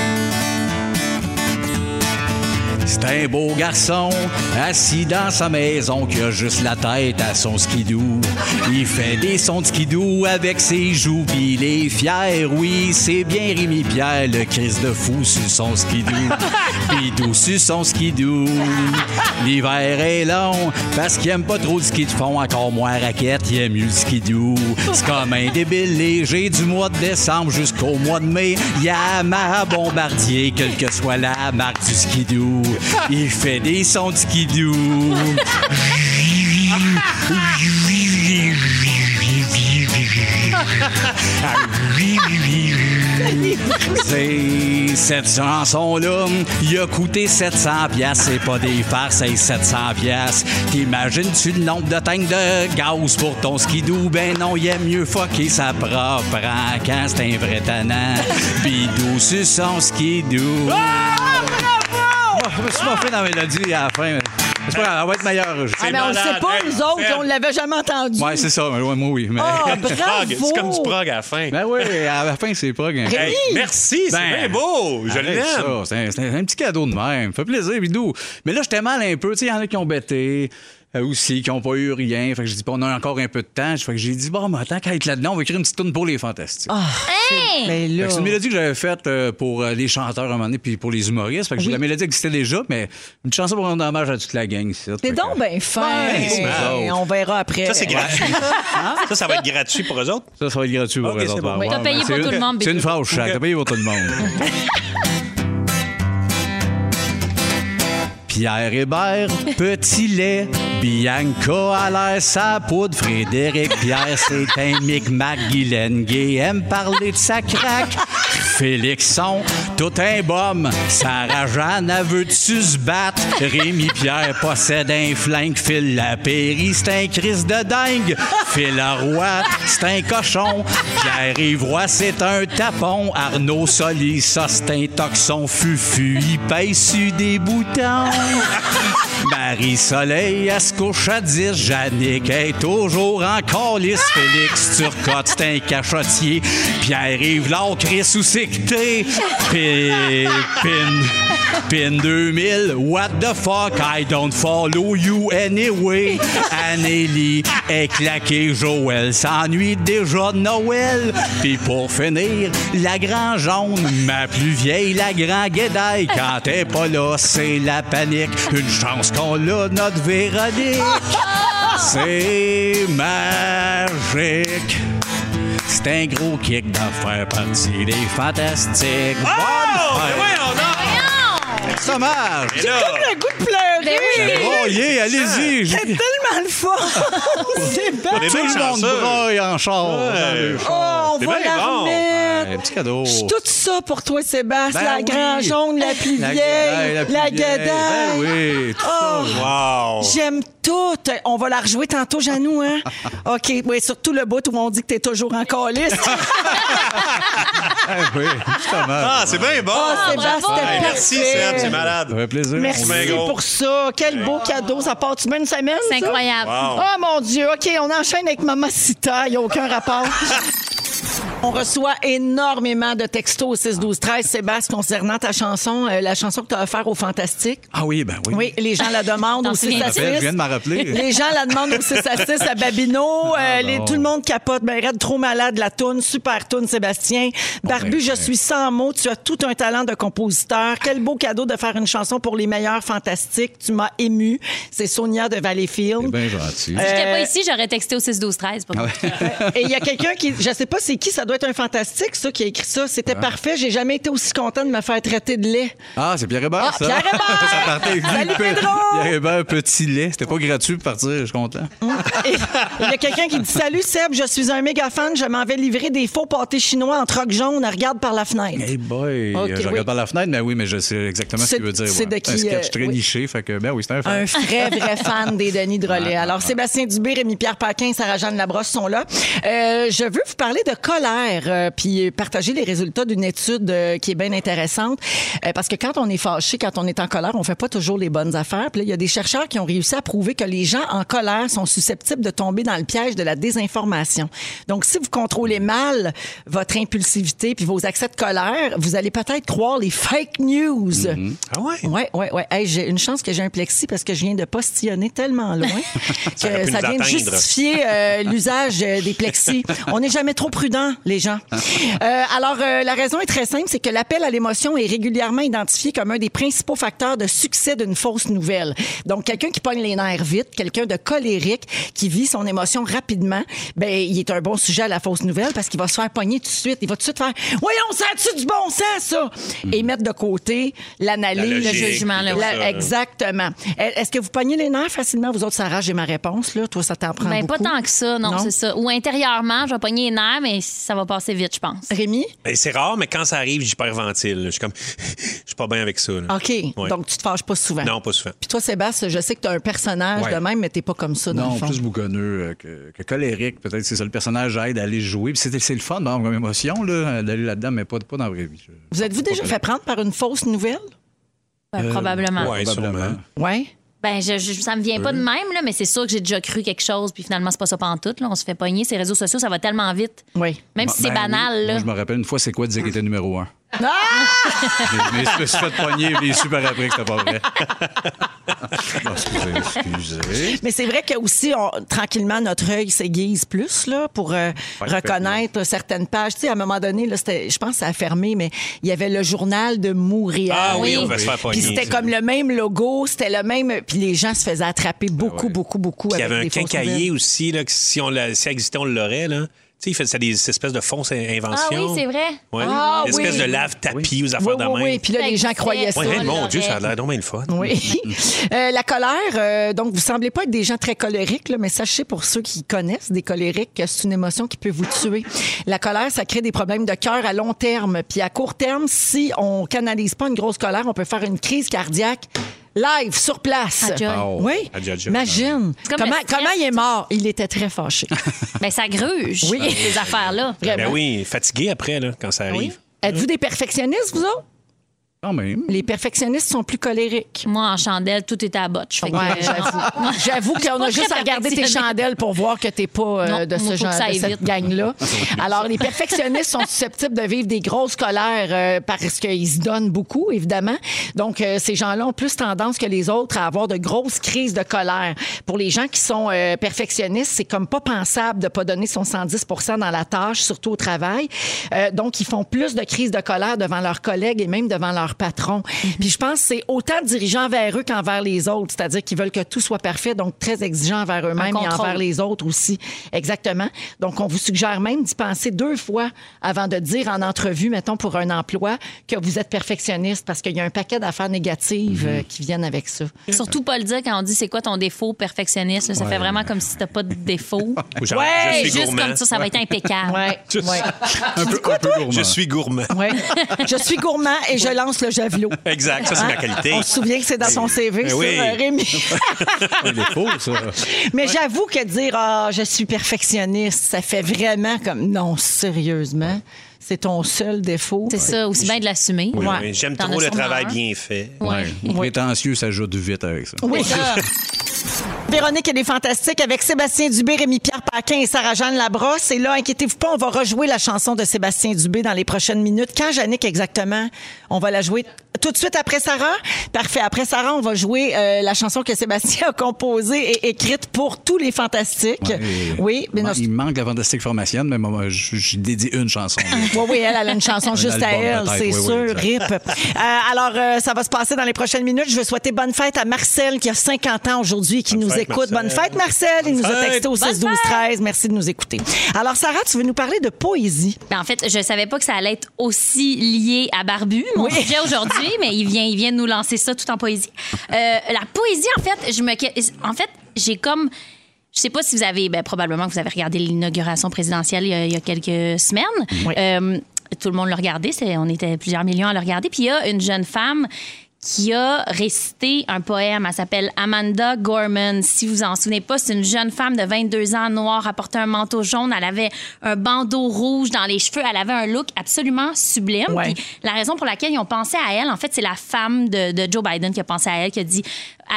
C'est un beau garçon assis dans sa maison qui a juste la tête à son skidou. Il fait des sons de skidou avec ses joues, puis il est fier. Oui, c'est bien Rémi Pierre, le Christ de fou sur son skidou. Bidou sur son skidou. <laughs> L'hiver est long parce qu'il aime pas trop le ski de fond, encore moins raquette, il aime mieux le skidou. C'est comme un débile léger du mois de décembre jusqu'au mois de mai. Yamaha Bombardier, quelle que soit la marque du skidou, il fait des sons de skidou. C'est cette chanson-là, il a coûté 700 pièces. C'est pas des farces, c'est 700 pièces. T'imagines-tu le nombre de tanks de gaz pour ton skidou? Ben non, il aime mieux fucker sa propre en quand c'est un vrai
<laughs>
tannant. Bidou sur son skidou.
Ah,
Moi, Je me suis moqué dans la mélodie à la fin. mais C'est pas grave, elle va être meilleure. je-
Ah, mais on le sait
malade,
pas,
hein.
nous autres.
Fred.
On l'avait jamais entendu.
Ouais, c'est ça. mais ouais, Moi, oui. Mais...
Ah,
Du prog.
bravo!
C'est comme du prog à la fin.
<laughs> Ben oui, à la fin, c'est prog. hein.
Hey, merci, c'est
Ben,
bien beau. Je
Arrête
l'aime.
ça, C'est un, c'est un- un petit cadeau de même. Fait plaisir, bidou. Mais là, j'étais mal un peu. Tu sais, il y en a qui ont bêté. euh, aussi, qui n'ont pas eu rien. Fait que j'ai dit, on a encore un peu de temps. Fait que j'ai dit, bon, mais attends, qu'à être là-dedans, on va écrire une petite tune pour les fantastiques.
Mais
Fait
Ah, là,
que C'est une mélodie que j'avais faite euh, pour euh, les chanteurs à un moment donné, puis pour les humoristes. Fait que la mélodie existait déjà, mais une chanson pour rendre hommage à toute la gang. ici. Fait
t'es
que-
donc bien fin.
Ben, c'est
Hey,
ça.
on verra après.
Ça, c'est gratuit. Ça, ça va être gratuit pour eux autres.
Ça, ça va être gratuit pour
Ok,
eux
c'est
autres,
bon.
ben,
Mais
ouais,
t'as payé
ouais,
pour
c'est
tout le
une-
monde,
C'est
Bédou.
une phrase chaque.
Ok.
T'as payé pour tout le monde. <laughs> Pierre Hébert, petit lait, Bianca à l'air sa poudre, Frédéric Pierre, c'est un micmac, Guylaine Gay aime parler de sa craque, Félixon, tout un bum, Sarah-Jeanne, elle veut-tu se battre, Rémi Pierre possède un flingue, Phil Lapéry, c'est un crise de dingue, Phil Roy, c'est un cochon, Pierre Ivroy, c'est un tapon, Arnaud Solis, ça c'est un toxon, Fufu, il paye sur des boutons. Marie-Soleil, elle se couche à 10. Jannick est toujours en calice. Félix Turcotte, c'est un cachotier. Pierre-Yves Laure, Chris, où c'est que t'es? Pin, pin, pin 2000. What the fuck? I don't follow you anyway. Anneli est claquée. Joël s'ennuie déjà de Noël. Puis pour finir, la grand jaune, ma plus vieille, la grand guédaille. Quand t'es pas là, c'est la panique. Une chance qu'on l'a, notre Véronique. C'est magique. C'est un gros kick d'en faire partie des fantastiques.
Oh!
Bonne
Mais
fête.
voyons donc!
Hommage.
Et là,
J'ai le goût de pleurer.
Oh yeah, allez-y.
C'est tellement le fun. c'est bien.
on est
Tout
bien
le monde
chanceux.
broille en char.
Ouais.
Oh, on
C'est
va
bien
la
bon.
remettre.
Un petit cadeau.
Je suis Tout ça pour toi, Sébastien.
Ben
la
oui.
grand jaune, la plus vieille,
guédaille,
la
plus vieille.
guédaille.
Ben oui, tout
Oh,
Wow!
J'aime tout. On va la rejouer tantôt, Janou,
<laughs>
hein? OK. Oui, surtout le bout où on dit que t'es toujours en
<laughs>
calice.
ça. oui, justement.
Ah, c'est bien bon!
Ah, Sébastien,
bravo.
c'était
Hey, merci, Seb,
parfait.
c'est
Ça
malade.
fait plaisir.
bien
Merci
gros.
pour ça. Quel beau cadeau. Ça part-tu bien une semaine?
C'est
ça?
incroyable.
Wow.
Oh mon Dieu, OK, on enchaîne avec Maman Cita, il n'y a aucun
<laughs>
rapport. On reçoit énormément de textos au 6 12 13 Sébastien concernant ta chanson, euh, la chanson que tu as offert au Fantastique.
Ah oui, ben oui.
Oui, les gens la demandent
T'en
au 6
souviens
à
pas?
Je viens de
6.
m'en rappeler. Ah
Les gens la demandent au 6 à 6 à Babino. Euh, les-
non.
tout le monde capote. Ben, Red, trop malade, la toune. Super toune, Sébastien. Barbu,
ben,
je
ben.
suis sans mots. Tu as tout un talent de compositeur. Quel beau cadeau de faire une chanson pour les meilleurs fantastiques. Tu m'as ému. C'est Sonia de Valleyfield.
C'est bien gentil.
Si j'étais
Euh.
pas ici, j'aurais texté au 6-12-13.
Ah
pas moi.
Et il y a quelqu'un qui, je sais pas c'est qui, ça doit être un fantastique, ça, qui a écrit ça. C'était parfait, j'ai jamais été aussi content de me faire traiter de lait.
Ah, c'est Pierre
Ah,
Hébert, ça. <laughs>
Pierre Hébert!
ça partait avec
Salut,
lui, pe-
Pedro!
Pierre Hébert, petit lait. C'était pas gratuit pour partir, je suis content.
Mm. Et il y a quelqu'un qui dit Salut Seb, je suis un méga fan, je m'en vais livrer des faux pâtés chinois en troc jaune, regarde par la fenêtre.
Hey boy,
Ok,
je
oui.
regarde par la fenêtre, mais oui, mais je sais exactement ce
C'est-
qu'il veut dire.
c'est
ouais.
de
Un
qui,
sketch
euh,
très
oui.
niché, fait que, ben oui, c'est un fan.
Un vrai, vrai fan des Denis Drolet. Alors, Sébastien Dubé, Rémi-Pierre Paquin, Sarah-Jeanne Labrosse sont là. Euh, je veux vous parler de colère, euh, puis partager les résultats d'une étude euh, qui est bien intéressante. Euh, parce que quand on est fâché, quand on est en colère, on fait pas toujours les bonnes affaires. Puis là, il y a des chercheurs qui ont réussi à prouver que les gens en colère sont susceptibles de tomber dans le piège de la désinformation. Donc, si vous contrôlez mal votre impulsivité puis vos accès de colère, vous allez peut-être croire les fake news.
Ah ouais?
Oui, oui, oui. Hey, j'ai une chance que j'ai un plexi parce que je viens de postillonner tellement
<laughs>
loin que
aurait
ça
pu
vient
nous
de
atteindre. <laughs>
justifier euh, l'usage euh, des plexis. On n'est jamais trop prudent, les gens. Euh, alors, euh, la raison est très simple, c'est que l'appel à l'émotion est régulièrement identifié comme un des principaux facteurs de succès d'une fausse nouvelle. Donc, quelqu'un qui pogne les nerfs vite, quelqu'un de colérique, qui vit son émotion rapidement, ben il est un bon sujet à la fausse nouvelle parce qu'il va se faire pogner tout de suite. Il va tout de suite faire « Voyons, ça a-tu du bon sens, ça?
Hmm.
Et mettre de côté l'analyse.
La
Le jugement, là,
tout
oui.
ça,
La- exactement. Est-ce que vous pognez les nerfs facilement, vous autres, Sarah? J'ai ma réponse, là. Toi, ça t'en prend
Ben, pas
beaucoup.
tant que ça, non,
Non?
c'est ça. Ou intérieurement, je vais pogner les nerfs, mais ça va passer vite, je pense.
Rémi?
Ben, c'est rare, mais quand ça arrive, j'hyperventile. là. Je suis comme, je suis pas bien avec ça. là.
OK.
Ouais.
Donc, tu te fâches pas souvent.
Non, pas souvent.
Puis toi, Sébastien, je sais que tu as un personnage
Ouais.
de même, mais t'es pas comme ça, dans
Non,
le fond.
plus bougonneux euh, que, que colérique. Peut-être c'est ça. Le personnage aide à aller jouer. Puis c'était- c'est le fun, non, comme émotion, là, d'aller là-dedans, mais pas, pas dans la vraie vie.
Vous êtes-vous déjà fait prendre par une fausse nouvelle?
Ben, probablement.
ouais.
Probablement.
sûrement.
Oui.
Ben, je, je- ça me vient pas de même, là, mais c'est sûr que j'ai déjà cru quelque chose, puis finalement, c'est pas ça pantoute. Là. On se fait pogner. Ces réseaux sociaux, ça va tellement vite.
Oui.
Même si c'est
Ben oui.
banal, là.
Moi, je me rappelle une fois, c'est quoi disait qu'il était numéro un. <laughs> Ah! mais, mais je me suis fait pogner, puis super après que c'était pas vrai. Bon, excusez, excusez.
Mais c'est vrai que aussi, on- tranquillement, notre œil s'aiguise plus là, pour euh, reconnaître certaines pages. Tu sais, à un moment donné, là, c'était- je pense que ça a fermé, mais il y avait le journal de Montréal.
Ah oui,
oui.
on va se faire pogner.
Puis c'était
ça.
comme le même logo, c'était le même. Puis les gens se faisaient attraper beaucoup, beaucoup, beaucoup.
Ah Puis Il y
avec
avait un
des fausses
quincaillier
nouvelles.
aussi, là, que si, on l'a- si ça existait, on l'aurait. là. Tu sais, il faisait des espèces de fausses
Ah
inventions.
oui, c'est vrai.
Ouais.
Ah
Des
oui.
espèces de lave-tapis aux
Oui,
affaires de
oui, oui.
même.
Puis là, les gens croyaient ça.
Ouais, hey,
on
mon Dieu,
l'aurait.
ça a l'air donc bien le fun.
Oui. <laughs> Euh, la colère, euh, donc vous semblez pas être des gens très colériques, là, mais sachez pour ceux qui connaissent des colériques que c'est une émotion qui peut vous tuer. La colère, ça crée des problèmes de cœur à long terme. Puis à court terme, si on canalise pas une grosse colère, on peut faire une crise cardiaque live, sur place.
Ah, Joy.
Ah, oh.
Oui,
Ah, Joy, Joy.
imagine.
C'est comme
Comment,
le stress.
comment il est mort? Il était très
<laughs>
fâché.
Ben, ça gruge,
Oui.
ces affaires-là.
Vraiment.
Ben oui, fatigué après, là, quand ça arrive.
Êtes-vous des perfectionnistes, vous autres?
Quand même.
Les perfectionnistes sont plus colériques.
Moi, en chandelle, tout est à botche. Fait que,
Ouais,
euh,
j'avoue. J'avoue qu'on a
pas
juste
très
à regarder tes
perfectionniste.
chandelles pour voir que t'es pas euh,
Non,
de
moi,
ce
faut
genre,
que ça
de
aille
cette
vite.
gang-là. Alors, les perfectionnistes sont susceptibles de vivre des grosses colères euh, parce qu'ils se donnent beaucoup, évidemment. Donc, euh, ces gens-là ont plus tendance que les autres à avoir de grosses crises de colère. Pour les gens qui sont euh, perfectionnistes, c'est comme pas pensable de pas donner son 110 dans la tâche, surtout au travail. Euh, donc, ils font plus de crises de colère devant leurs collègues et même devant leur patron. Puis je pense que c'est autant dirigeant vers eux qu'envers les autres, c'est-à-dire qu'ils veulent que tout soit parfait, donc très exigeants envers eux-mêmes et
contrôle.
envers les autres aussi. Exactement. Donc, on vous suggère même d'y penser deux fois avant de dire en entrevue, mettons, pour un emploi, que vous êtes perfectionniste parce qu'il y a un paquet d'affaires négatives euh, qui viennent avec ça.
euh, Surtout pas le dire quand on dit c'est quoi ton défaut perfectionniste. là. ça fait vraiment comme si t'as pas de défaut.
Ou genre,
Ouais,
<laughs> je suis
Juste
gourmand.
comme ça, ça va être impeccable.
<laughs>
Ouais, ouais.
Un peu, un peu gourmand.
Je suis
<laughs>
gourmand.
ouais. Je suis gourmand et je lance le javelot. Hein?
Exact, <laughs> ça, c'est ma qualité.
On se souvient que c'est dans son CV,
Ben
sur,
oui.
euh,
<laughs>
Rémi.
Il est faux, ça.
Mais j'avoue que dire Ah, je suis perfectionniste, ça fait vraiment comme non, sérieusement, c'est ton seul défaut.
C'est ça, aussi bien de l'assumer.
Oui,
Ouais.
oui, J'aime
T'en
trop
as
le
sûrement
travail
un.
bien fait.
Ouais.
Prétentieux, ça joue vite avec ça.
Oui. Ah. Véronique, elle est fantastique avec Sébastien Dubé, Rémi-Pierre Paquin et Sarah-Jeanne Labrosse. Et là, inquiétez-vous pas, on va rejouer la chanson de Sébastien Dubé dans les prochaines minutes. Quand, Jannick, exactement? On va la jouer tout de suite après Sarah. Parfait. Après Sarah, on va jouer euh, la chanson que Sébastien <laughs> a composée et écrite pour tous les fantastiques.
Ouais.
Oui, mais
Il
non,
man- Il manque la fantastique formation, mais moi, moi, je je dédie une chanson.
Oui, oui, elle, elle a une chanson juste à
album,
elle,
peut-être.
c'est
Oui, oui,
sûr.
exact.
Rip. Euh, alors, euh, ça va se passer dans les prochaines minutes. Je veux souhaiter bonne fête à Marcel qui a 50 ans aujourd'hui et qui
Bonne
nous
fête,
écoute. Bonne
Marcel.
fête, Marcel. Il
Bonne
nous a
fête.
texté au
Bonne
6 12 13 Merci de nous écouter. Alors, Sarah, tu veux nous parler de poésie.
Ben, en fait, je savais pas que ça allait être aussi lié à Barbu, mon
Oui.
sujet aujourd'hui,
<laughs>
mais il vient, il vient de nous lancer ça tout en poésie. Euh, la poésie, en fait, je me, en fait, j'ai comme, je sais pas si vous avez, ben, probablement que vous avez regardé l'inauguration présidentielle il y a, il y a quelques semaines.
Oui.
Euh, tout le monde l'a regardé, c'est- on était plusieurs millions à le regarder. Puis il y a une jeune femme qui a récité un poème. Elle s'appelle Amanda Gorman. Si vous en souvenez pas, c'est une jeune femme de 22 ans, noire, elle portait un manteau jaune, elle avait un bandeau rouge dans les cheveux, elle avait un look absolument sublime.
Ouais.
Puis la raison pour laquelle ils ont pensé à elle, en fait, c'est la femme de, de Joe Biden qui a pensé à euh, elle, qui a dit,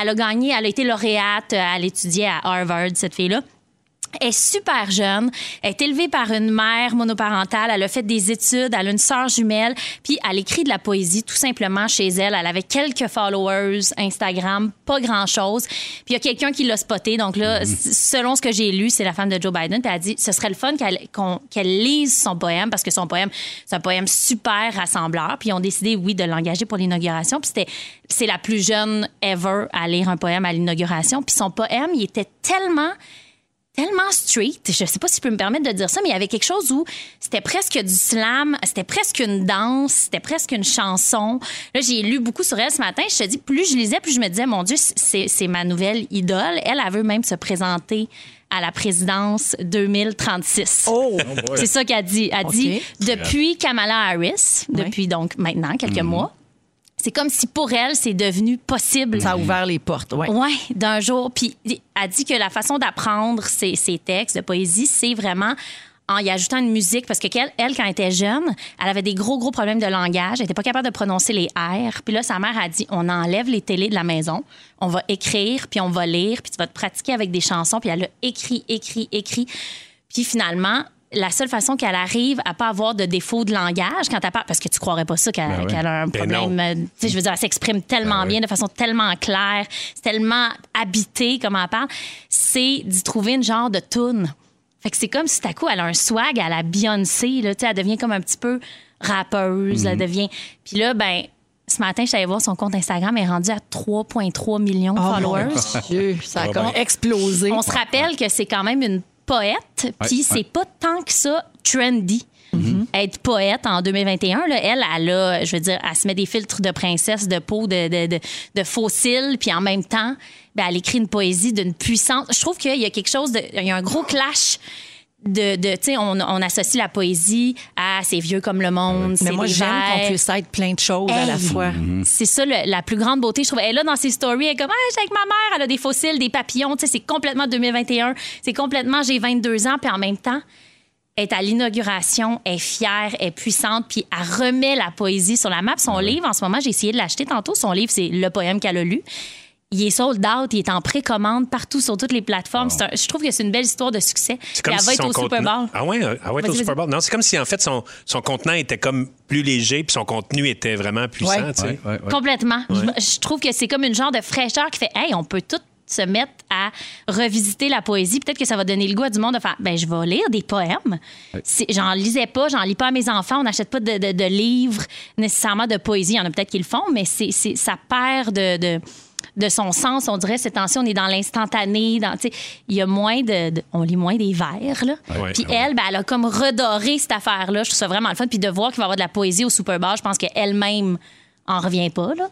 elle a gagné, elle a été lauréate, elle étudiait à Harvard, cette fille-là. Elle est super jeune. Elle est élevée par une mère monoparentale. Elle a fait des études. Elle a une sœur jumelle. Puis elle écrit de la poésie tout simplement chez elle. Elle avait quelques followers Instagram, pas grand-chose. Puis il y a quelqu'un qui l'a spoté. Donc là, s- selon ce que j'ai lu, c'est la femme de Joe Biden. Puis elle a dit ce serait le fun qu'elle qu'on- qu'elle lise son poème parce que son poème, c'est un poème super rassembleur. Puis ils ont décidé, oui, de l'engager pour l'inauguration. Puis c'était c'est la plus jeune ever à lire un poème à l'inauguration. Puis son poème, il était tellement tellement street, je sais pas si je peux me permettre de dire ça, mais il y avait quelque chose où c'était presque du slam, c'était presque une danse, c'était presque une chanson. Là, j'ai lu beaucoup sur elle ce matin. Je te dis, plus je lisais, plus je me disais, mon Dieu, c'est c'est ma nouvelle idole. Elle, elle veut même se présenter à la présidence 2036.
Oh!
C'est ça qu'elle dit. Elle
Ok.
dit depuis Kamala Harris, depuis donc maintenant quelques mois, c'est comme si pour elle, c'est devenu possible.
Ça a ouvert les portes, ouais.
Oui, d'un jour. Puis elle dit que la façon d'apprendre ses, ses textes de poésie, c'est vraiment en y ajoutant une musique. Parce que qu'elle- elle, quand elle était jeune, elle avait des gros, gros problèmes de langage. Elle n'était pas capable de prononcer les R. Puis là, sa mère a dit on enlève les télés de la maison, on va écrire, puis on va lire, puis tu vas te pratiquer avec des chansons. Puis elle a écrit, écrit, écrit. Puis finalement, la seule façon qu'elle arrive à pas avoir de défaut de langage quand elle parle, parce que tu croirais pas ça qu'elle
Ben oui.
qu'elle a un
Ben non. Ben
problème euh, tu sais, je veux dire, elle s'exprime tellement bien, de façon tellement claire, c'est tellement habité comme elle parle, c'est d'y trouver une genre de toune. Fait que c'est comme si tout à coup, elle a un swag à la Beyoncé, là, tu sais, elle devient comme un petit peu rappeuse,
Mhm.
elle devient... Puis là, ben, ce matin, je suis allée voir son compte Instagram, elle est rendue à 3,3 millions de
Oh,
followers.
mon Dieu, ça a
Ah,
comme
ben.
explosé.
On se rappelle que c'est quand même une poète, puis
ouais. Mm-hmm.
c'est pas tant que ça trendy. Être poète en 2021, là, elle, elle a, je veux dire, elle se met des filtres de princesse, de peau, de, de, de, de faux cils, puis en même temps, ben, elle écrit une poésie d'une puissance. Je trouve qu'il y a quelque chose, de, il y a un gros clash de, de tu sais, on, on associe la poésie à c'est vieux comme le monde, c'est
Mais moi,
des
j'aime qu'on
vers.
puisse être plein de choses à la
Hey.
fois.
Mm-hmm.
C'est ça le- la plus grande beauté, je trouve. Elle est là dans ses stories, elle est comme ah, j'étais avec ma mère, elle a des fossiles, des papillons, tu sais, c'est complètement 2021, c'est complètement j'ai 22 ans puis en même temps elle est à l'inauguration, elle est fière, elle est puissante, puis elle remet la poésie sur la map. Son livre, en ce moment, j'ai essayé de l'acheter tantôt. Son livre, c'est le poème qu'elle a lu. Il est sold out, il est en précommande partout sur toutes les plateformes. C'est un- je trouve que c'est une belle histoire de succès. Puis
C'est comme
elle
si
va être
son
au Super
contenant-
Bowl.
Ah ouais, elle va être au
Vas-y,
Super Bowl. Non, c'est comme si en fait son, son contenant était comme plus léger puis son contenu était vraiment puissant.
Ouais.
tu sais.
Ouais, ouais, ouais.
Complètement. Je
Ouais.
me- Je, trouve que c'est comme une genre de fraîcheur qui fait Hey, on peut tout se mettre à revisiter la poésie. Peut-être que ça va donner le goût à du monde de faire ben je vais lire des poèmes. C'est- J'en lisais pas, j'en lis pas à mes enfants, on n'achète pas de, de- de livres nécessairement de poésie. Il y en a peut-être qui le font, mais c'est c'est- ça perd de, de, de son sens. On dirait, cette tension, on est dans l'instantané. dans- tu sais, Il y a moins de, de- On lit moins des vers. Là.
Ouais,
Puis
ouais.
elle, ben, elle a comme redoré cette affaire-là. Je trouve ça vraiment le fun. Puis de voir qu'il va y avoir de la poésie au Super Bowl, je pense qu'elle-même en revient pas. Là.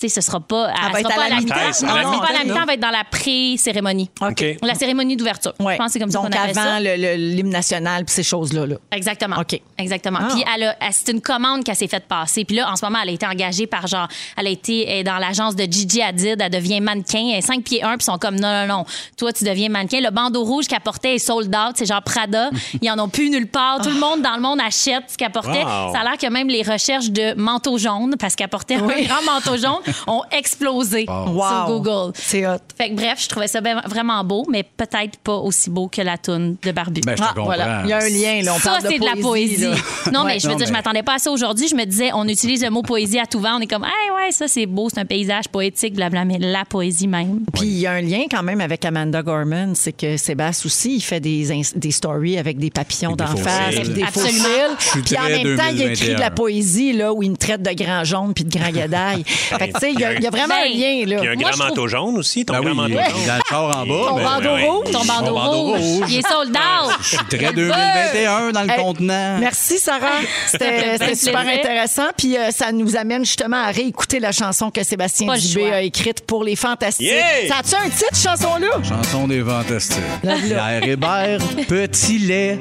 Tu sais, ce sera pas.
Elle va
sera
être
pas
à la
mi-temps.
mi-temps.
Non,
Ah,
elle sera
non,
pas à la
non.
mi-temps, elle va être dans la pré-cérémonie.
OK.
La cérémonie d'ouverture. Je pense que c'est comme ça
Donc,
qu'on appelle ça.
avant le- le- l'hymne national puis ces choses-là. là.
Exactement.
OK.
Exactement.
Ah.
Puis elle a- elle- c'est une commande qu'elle s'est faite passer. Puis là, en ce moment, elle a été engagée par genre, elle a été elle est dans l'agence de Gigi Hadid, elle devient mannequin, elle est 5 pieds 1, puis ils sont comme non, non, non, toi, tu deviens mannequin. Le bandeau rouge qu'elle portait est sold out, c'est
<laughs>
genre Prada, ils en ont plus nulle part. Tout le
Ah.
monde dans le monde achète ce qu'elle portait.
Wow.
Ça a l'air que même les recherches de manteau jaune, parce qu'elle portait un grand manteau jaune,
<laughs>
ont explosé sur
Wow.
Google.
C'est hot.
Fait que bref, je trouvais ça ben- vraiment beau, mais peut-être pas aussi beau que la toune de Barbie.
Ben, je te
Ah,
comprends.
voilà. Il y a un lien. Là, on
Ça,
parle
c'est de la poésie.
là.
<laughs> Non,
Ouais.
mais je veux
Non,
dire, je
mais-
m'attendais pas à ça aujourd'hui. Je me disais, on utilise le mot poésie à tout vent. On est comme, ah ouais, ça, c'est beau, c'est un paysage poétique, blablabla, mais la poésie même.
Puis il y a un lien quand même avec Amanda Gorman, c'est que Sébastien aussi, il fait des, ins- des stories avec des papillons
Et des
d'en
fossiles.
face, puis des
Absolument.
Je suis
fossiles. Puis en
très
même temps, il écrit
2021.
de la poésie là, où il me traite de grand jaune puis de grand
<laughs>
gadaille. fait que tu sais, il y, a- il y a vraiment un
Ben,
lien.
Puis
là.
un
Moi,
grand
je trouve-
manteau jaune aussi, ton
Ben oui,
grand
il
manteau
est-
jaune. Ben
il est dans le char en bas.
Ton
mais-
bandeau
ouais, ouais.
rouge.
Ton bandeau,
Mon bandeau
rouge,
rouge.
il est sold out.
Je suis très 2021 dans le
Hey,
contenant.
Merci, Sarah.
fait
C'était c'était
plaisir.
super intéressant. Puis euh, ça nous amène justement à réécouter la chanson que Sébastien
Pas le
Dubé
choix.
a écrite pour les Fantastiques.
Yeah!
Ça a-tu un titre, chanson-là?
Oh.
Chanson des fantastiques. Pierre Hébert, Petit Lait,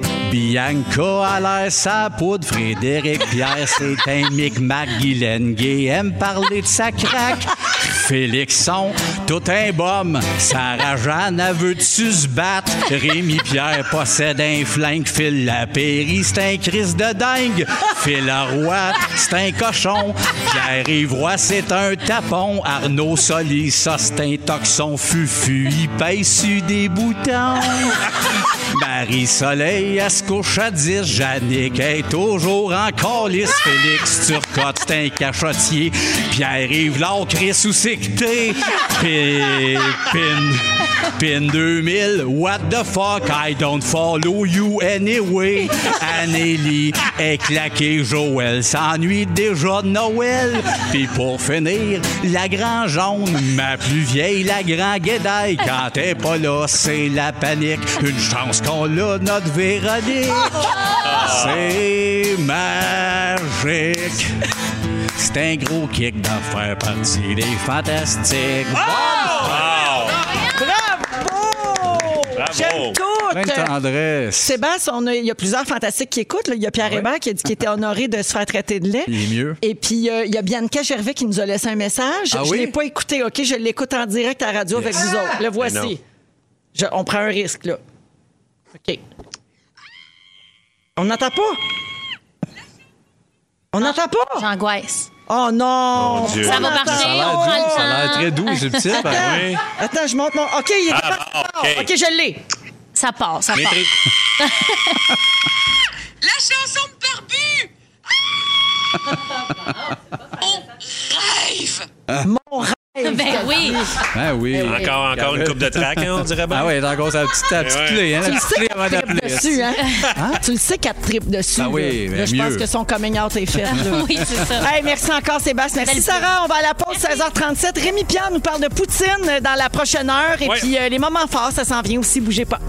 Bianca à l'air sa poudre, Frédéric Pierre, c'est un micmac, Guylaine Gay aime parler de sa craque. Félixon, tout un bum. Sarah Jeanne, elle veut-tu se battre? Rémi Pierre possède un flingue. Phil Lapéry, c'est un crise de dingue. Phil Arroy, c'est un cochon. Pierre Ivroy, c'est un tapon. Arnaud Soli, ça c'est un toxon. Fufu, il pèse sur des boutons. Marie-Soleil, elle se couche à 10. Jannick est toujours en calice. Félix Turcotte, c'est un cachotier. Pierre-Yves Laure, Chris, où c'est que t'es? Pin, pin, pin 2000. What the fuck? I don't follow you anyway. Anneli est claquée. Joël s'ennuie déjà de Noël. Puis pour finir, la grand jaune, ma plus vieille, la grand guédaille. Quand t'es pas là, c'est la panique. Une chance qu'on l'a, notre Véronique. C'est magique. C'est un gros kick d'en faire partie des fantastiques.
Bravo! J'aime
Plein de
tout!
tendresse.
Sébastien, on a- il y a plusieurs fantastiques qui écoutent. là. Il y a Pierre
Ah
Hébert qui a dit qu'il était honoré de se faire traiter de lait.
Il est mieux.
Et puis, euh, il y a Bianca Gervais qui nous a laissé un message.
Ah
je
oui?
l'ai pas écouté, OK? Je l'écoute en direct à la radio avec vous autres. Le
Mais non.
voici. Je- on prend un risque, là. OK. On n'entend pas. On n'entend pas.
J'angoisse.
Oh non!
Mon Dieu.
Ah. Ça va
Attends,
marcher,
Ça a
on prend
l'air doux, ça a l'air
le temps.
très doux et subtil. par
Attends,
contre.
Attends, je monte mon. OK, il est capable de
Ah,
part.
OK.
OK, je l'ai.
Ça part, ça part.
Maîtrise.
La chanson de Barbu Rêve
Mon rêve.
Ben
<laughs>
oui.
Ah oui.
Eh
Encore, encore une coupe de track, hein, on dirait bien.
Ah oui, elle est encore sa petite, sa petite
Ouais.
clé. Hein, la
Tu le
petite
sais
clé
qu'elle
avant
tripe
d'appeler.
dessus, hein? Tu le sais qu'elle tripe dessus.
Ah oui,
là.
mais
Là, je pense
mieux.
que son coming out est fait. là.
Oui, c'est ça.
Hey, merci encore, Sébastien. Merci,
Belle
Sarah. On va à la pause 16h37. Rémi Pierre nous parle de Poutine euh, dans la prochaine heure. Et
Ouais.
puis, euh, les moments forts, ça s'en vient aussi. Bougez pas.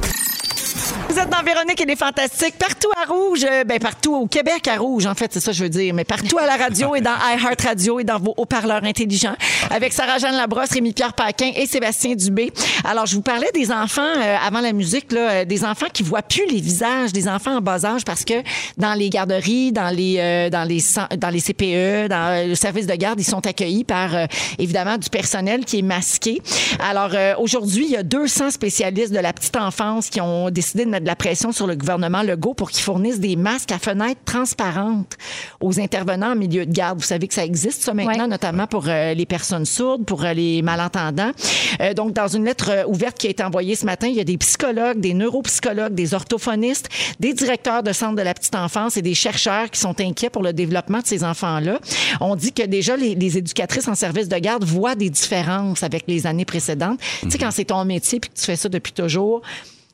Vous êtes dans Véronique et les Fantastiques, partout à Rouge, euh, ben partout au Québec à Rouge, en fait, c'est ça que je veux dire, mais partout à la radio et dans iHeart Radio et dans vos haut-parleurs intelligents, avec Sarah-Jeanne Labrosse, Rémi-Pierre Paquin et Sébastien Dubé. Alors, je vous parlais des enfants euh, avant la musique, là, euh, des enfants qui voient plus les visages, des enfants en bas âge, parce que dans les garderies, dans les, euh, dans les, cen- dans les CPE, dans euh, le service de garde, ils sont accueillis par, euh, évidemment, du personnel qui est masqué. Alors, euh, aujourd'hui, il y a 200 spécialistes de la petite enfance qui ont décidé de mettre de la pression sur le gouvernement Legault pour qu'il fournisse des masques à fenêtres transparentes aux intervenants en milieu de garde. Vous savez que ça existe, ça, maintenant,
Ouais.
notamment pour euh, les personnes sourdes, pour euh, les malentendants. Euh, donc, dans une lettre euh, ouverte qui a été envoyée ce matin, il y a des psychologues, des neuropsychologues, des orthophonistes, des directeurs de centres de la petite enfance et des chercheurs qui sont inquiets pour le développement de ces enfants-là. On dit que déjà, les, les éducatrices en service de garde voient des différences avec les années précédentes. Tu sais, quand c'est ton métier puis que tu fais ça depuis toujours,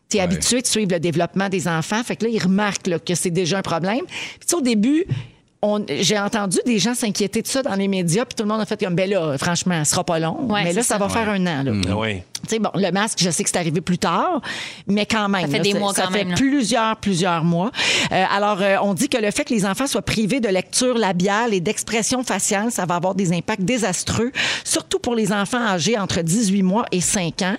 tu es habitué de suivre le développement des enfants. Fait que là, ils remarquent là, que c'est déjà un problème. Puis tu sais, au début, on- j'ai entendu des gens s'inquiéter de ça dans les médias, puis tout le monde a fait comme, ben là, franchement, ce sera pas long.
Ouais,
mais là,
c'est
ça va
ça.
faire un an. Là.
Ah oui.
Tu sais, bon, le masque, je sais que c'est arrivé plus tard, mais quand même.
Ça fait
là,
des mois
ça
quand
fait
même, là.
plusieurs, plusieurs mois. Euh, alors, euh, on dit que le fait que les enfants soient privés de lecture labiale et d'expression faciale, ça va avoir des impacts désastreux, surtout pour les enfants âgés entre 18 mois et 5 ans.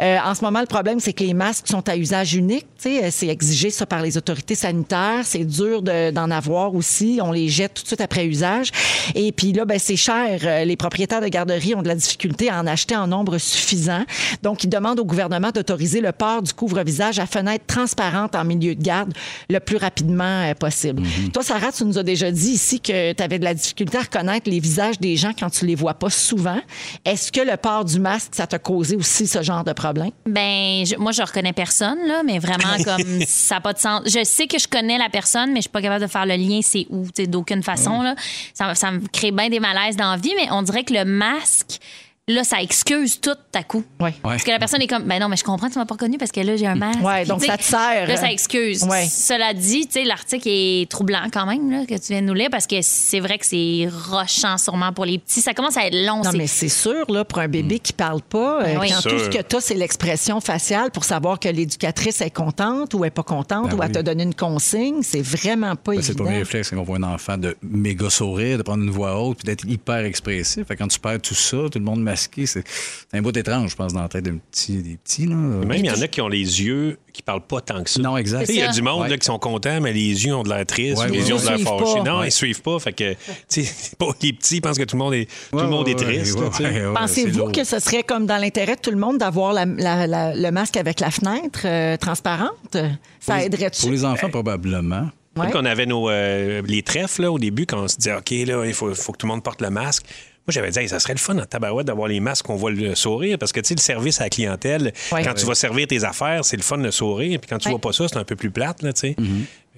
Euh, en ce moment, le problème, c'est que les masques sont à usage unique. Tu sais, euh, c'est exigé ça par les autorités sanitaires. C'est dur de- d'en avoir aussi. On les jette tout de suite après usage. Et puis là, ben, c'est cher. Euh, Les propriétaires de garderies ont de la difficulté à en acheter en nombre suffisant. Donc, ils demandent au gouvernement d'autoriser le port du couvre-visage à fenêtre transparente en milieu de garde le plus rapidement euh, possible. Toi, Sarah, tu nous as déjà dit ici que tu avais de la difficulté à reconnaître les visages des gens quand tu les vois pas souvent. Est-ce que le port du masque, ça t'a causé aussi ce genre de problème?
Ben, je- moi, je reconnais personne, là, mais vraiment,
<laughs>
comme, ça n'a pas de sens. Je sais que je connais la personne, mais je suis pas capable de faire le lien, c'est où, tu sais, d'aucune façon, là. Ça, ça me crée bien des malaises dans la vie, mais on dirait que le masque, là, ça excuse tout à coup.
Oui.
Parce que la personne est comme, ben non, mais je comprends, tu m'as pas reconnu parce que là, j'ai un masque.
Ouais,
Puis,
donc
tu sais,
ça te sert.
Là, ça excuse.
Ouais.
Cela dit, tu sais, l'article est troublant quand même, là, que tu viens de nous lire, parce que c'est vrai que c'est rochant sûrement pour les petits. Ça commence à être long,
Non,
c'est Hmm. Ben
mais c'est sûr, là, pour un bébé qui parle pas, euh,
oui.
quand
Sûr.
tout ce que tu c'est l'expression faciale pour savoir que l'éducatrice est contente ou est pas contente
Ben
ou elle
oui.
t'a donné une consigne, c'est vraiment pas
Ben, c'est le
évident.
premier réflexe quand on voit un enfant de méga sourire, de prendre une voix haute, puis d'être hyper expressif. Fait que quand tu perds tout ça, tout le monde masqué. C'est c'est un bout étrange, je pense, dans la tête d'un petit, des petits. Là.
Même il y en a qui ont les yeux qui parlent pas tant que ça.
Non, exact.
Tu sais, Il y a
C'est ça.
du monde
Ouais.
là, qui sont contents, mais les yeux ont de l'air tristes,
Ouais,
les
ouais,
yeux ont
ouais.
de l'air
Ils suivent
fâchés.
pas.
Non, ils suivent pas. Fait que, tu sais, <laughs> bon, les petits pensent que tout le monde est, tout
Ouais,
le monde est
ouais,
triste.
ouais,
là, tu sais.
ouais, ouais, c'est
Pensez-vous
lourd.
que ce serait comme dans l'intérêt de tout le monde d'avoir la- la- la- le masque avec la fenêtre euh, transparente? Ça aiderait-tu?
Pour les enfants, probablement.
Ouais.
Comme qu'on avait nos, euh, les trèfles là, au début, quand on se disait, OK, là, il faut, faut que tout le monde porte le masque. Moi, j'avais dit, Hey, ça serait le fun en tabarouette d'avoir les masques, qu'on voit le sourire, parce que, tu sais, le service à la clientèle,
Ouais.
quand tu vas servir tes affaires, c'est le fun le sourire, puis quand tu
Ouais. Mm-hmm.
vois pas ça, c'est un peu plus plate, là, tu sais.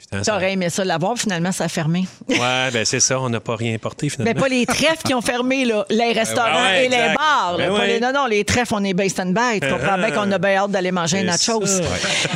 Putain, ça-
T'aurais aimé ça l'avoir, finalement, ça a fermé.
Ouais, ben c'est ça, on n'a pas rien porté, finalement.
Mais pas les trèfles qui ont fermé,
<laughs>
là, les restaurants
ouais,
et les
exact.
bars. là.
Ben
Pas
ouais.
les- non, non, les trèfles, on est based and by. Tu comprends
Ah.
bien qu'on a bien hâte d'aller manger un
C'est
nachos.
ça.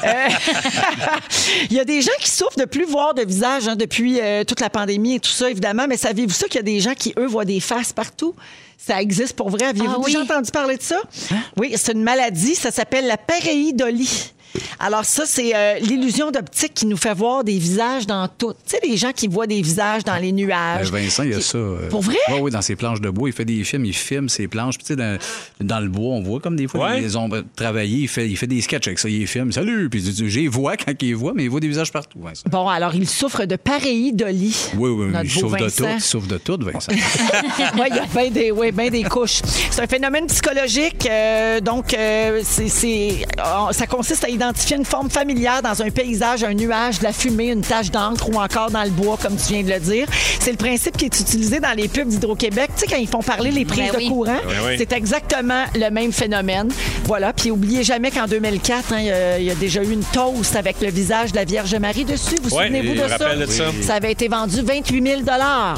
Euh, <laughs> il y a des gens qui souffrent de plus voir de visage hein, depuis euh, toute la pandémie et tout ça, évidemment. Mais savez-vous ça qu'il y a des gens qui, eux, voient des faces partout? Ça existe pour vrai. Aviez-vous
Ah oui.
déjà entendu parler de ça?
Hein?
Oui, c'est une maladie. Ça s'appelle la pareidolie. Alors ça, c'est euh, l'illusion d'optique qui nous fait voir des visages dans tout. Tu sais, les gens qui voient des visages dans les
Euh,
nuages.
Vincent, il y a ça. euh,
Ah, Pour vrai?
ouais, oui, dans ses planches de bois. Il fait des films, il filme ses planches. Puis, tu sais, dans, dans le bois, on voit comme des fois
Ouais.
ils ont travaillé. Il fait, il fait des sketchs avec ça. Il les filme. Salut! Puis, j'ai vois quand il les voit, mais il voit des visages partout. Vincent.
Bon, alors, il souffre de pareidolie.
Oui, oui,
Notre
il
beau
souffre de tout.
Vincent.
Il souffre de tout, Vincent.
<laughs> Ouais, il y a bien des, ouais, ben des couches. C'est un phénomène psychologique. euh, donc, euh, c'est- c'est- on- ça consiste à identifier une forme familière dans un paysage, un nuage, de la fumée, une tache d'encre ou encore dans le bois, comme tu viens de le dire. C'est le principe qui est utilisé dans les pubs d'Hydro-Québec. Tu sais, quand ils font parler les prises
Ben
de
oui.
courant,
Ben oui.
c'est exactement le même phénomène. Voilà. Puis, oubliez jamais qu'en 2004, hein, il y a- il y, a déjà eu une toast avec le visage de la Vierge Marie dessus. Vous
Ouais,
souvenez-vous
je
de
me rappelle de ça. Oui.
ça avait été vendu 28 000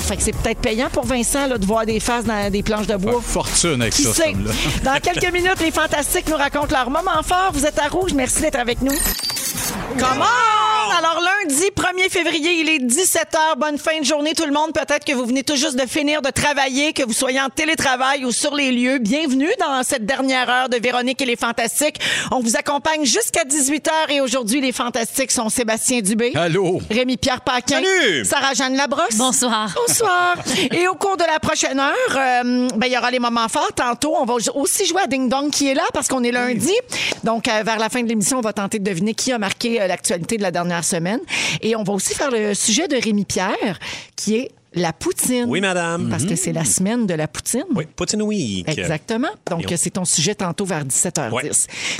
Fait que c'est peut-être payant pour Vincent là, de voir des faces dans des planches de bois.
Fortune avec
Qui
ça, ce
sait?
homme-là.
Dans quelques minutes, les Fantastiques nous racontent leur moment fort. Vous êtes à Rouge. Merci d'être avec nous. Comment? Alors, lundi 1er février, il est 17h. Bonne fin de journée, tout le monde. Peut-être que vous venez tout juste de finir de travailler, que vous soyez en télétravail ou sur les lieux. Bienvenue dans cette dernière heure de Véronique et les Fantastiques. On vous accompagne jusqu'à 18h et aujourd'hui, les Fantastiques sont Sébastien Dubé.
Allô?
Rémi-Pierre Paquin.
Salut!
Sarah-Jeanne Labrosse.
Bonsoir.
Bonsoir. Et au cours de la prochaine heure, euh, ben, il y aura les moments forts. Tantôt, on va aussi jouer à Ding Dong qui est là parce qu'on est lundi. Donc, euh, vers la fin de l'émission, on va tenter de deviner qui a marqué euh, l'actualité de la dernière semaine. Et on va aussi faire le sujet de Rémi Pierre qui est la poutine.
Oui, madame. Mm-hmm.
Parce que c'est la semaine de la poutine.
Oui, Poutine Week.
Exactement. Donc,
Et on-
c'est ton sujet tantôt vers 17h10.
Ouais.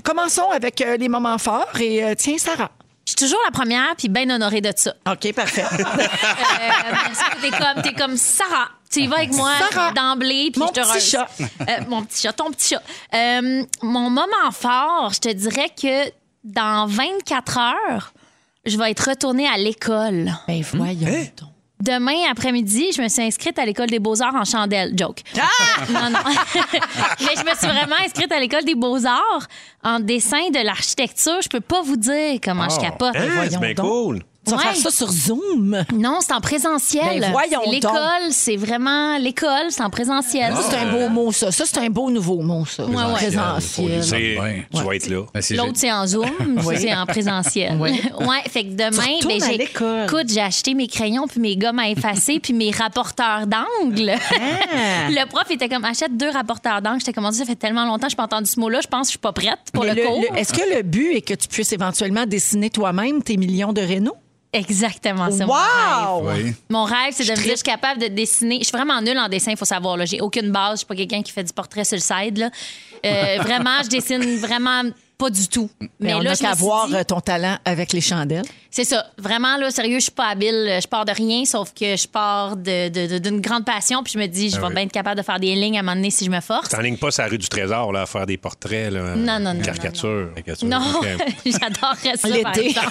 Commençons avec euh, les moments forts. Et euh, tiens, Sarah.
Je suis toujours la première, puis bien honorée de ça.
OK, <laughs> parfait.
Euh, parce que t'es comme, t'es comme Sarah. Tu y vas avec moi
Sarah.
d'emblée, puis
Mon
je te
petit
heureuse.
chat.
Euh, mon petit chat, ton petit chat. Euh, mon moment fort, je te dirais que dans 24 heures, je vais être retournée à l'école.
ben, voyons
Hein?
donc.
Demain après-midi, je me suis inscrite à l'école des beaux-arts en chandelle. Joke.
Ah!
<laughs> Non, non. Mais je me suis vraiment inscrite à l'école des beaux-arts en dessin de l'architecture. Je peux pas vous dire comment je capote.
Hein, c'est
voyons
bien
donc.
cool.
Tu vas
Ouais.
faire ça sur Zoom.
Non, c'est en présentiel.
Ben voyons
C'est l'école, c'est vraiment l'école, c'est en présentiel.
Ah,
Ça, c'est un beau mot, ça. Ça, c'est un beau nouveau mot, ça.
ouais.
Présentiel.
Ça
C'est-
va bien.
Tu vas être là.
Ben, c'est-
L'autre, c'est en Zoom, moi, c'est en présentiel.
Oui.
<laughs> ouais, fait que demain, ben,
Tu retournes à
j'ai,
l'école.
écoute, j'ai acheté mes crayons, puis mes gommes à effacer, puis mes rapporteurs d'angle.
Ah.
<laughs> le prof il était comme, achète deux rapporteurs d'angle. J'étais comme, ça fait tellement longtemps que je n'ai pas entendu ce mot-là, je pense que je suis pas prête pour
Mais
le,
le-
cours.
le- Est-ce que le but est que tu puisses éventuellement dessiner toi-même tes millions de rénaux?
Exactement ça. mon rêve.
Wow!
Oui.
Mon rêve, c'est de me dire,
trippe.
je suis capable de dessiner. Je suis vraiment nulle en dessin, il faut savoir. là. J'ai aucune base. Je suis pas quelqu'un qui fait du portrait sur le side. Là. Euh, vraiment, je dessine vraiment pas du tout. Mais,
Mais, on
là,
a
je me
qu'à
suis
voir
dit-
euh, ton talent avec les chandelles.
C'est ça. Vraiment, là, sérieux, je suis pas habile. Je pars de rien, sauf que je pars de- de- de- d'une grande passion. Puis je me dis, je vais
oui.
bien être capable de faire des lignes à un moment donné si je me force.
T'enlignes pas sur la rue du Trésor là, à faire des portraits, là,
Non, non, non,
caricatures.
Non,
<laughs>
<laughs> Ok.
<laughs> j'adorerais ça. par
L'été.
exemple.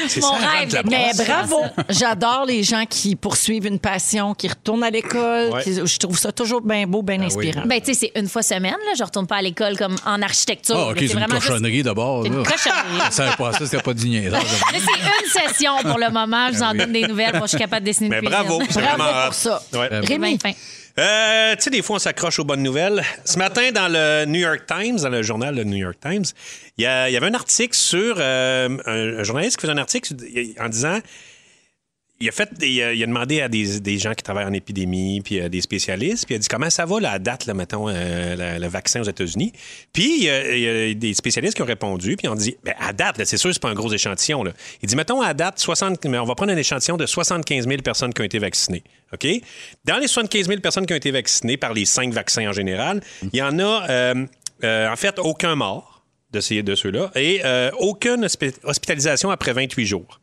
Mon
ça, la
rêve.
vente de la
l'été.
Mais
Oh, c'est
bravo! <laughs> J'adore les gens qui poursuivent une passion, qui retournent à l'école.
Ouais. Ah
qui- Je trouve ça toujours bien beau, bien inspirant.
Ben, tu sais, c'est une fois semaine. Là. Je retourne pas à l'école comme en architecture.
Ah, OK,
Mais
c'est une Ah.
juste-
cochonnerie d'abord.
C'est une
là.
cochonnerie.
Ça savait pas ça, c'était pas du niaisage.
Là, c'est une session pour le moment. Je vous en donne des nouvelles. Moi, je suis capable de dessiner une
Ah Mais
cuisine.
bravo, c'est
Bravo
vraiment
pour ça.
Ouais.
J'ai bien
Rémi,
faim.
Euh, tu sais, des fois, on s'accroche aux bonnes nouvelles. Ce matin, dans le New York Times, dans le journal le New York Times, il y, a- il y avait un article sur. euh, un, un journaliste qui faisait un article sur- en disant il a, fait, il a, il a demandé à des, des gens qui travaillent en épidémie, puis euh, des spécialistes, puis il a dit comment ça va la date, là, mettons, euh, la- le vaccin aux États-Unis. Puis il y, a, il y a des spécialistes qui ont répondu, puis on dit Ben, à date, là, c'est sûr, c'est pas un gros échantillon. Là. Il dit mettons à date, 60, mais on va prendre un échantillon de 75 000 personnes qui ont été vaccinées. OK? Dans les 75 000 personnes qui ont été vaccinées par les cinq vaccins en général, il y en a, euh, euh, en fait, aucun mort de, ces, de ceux-là et euh, aucune hospi- hospitalisation après 28 jours.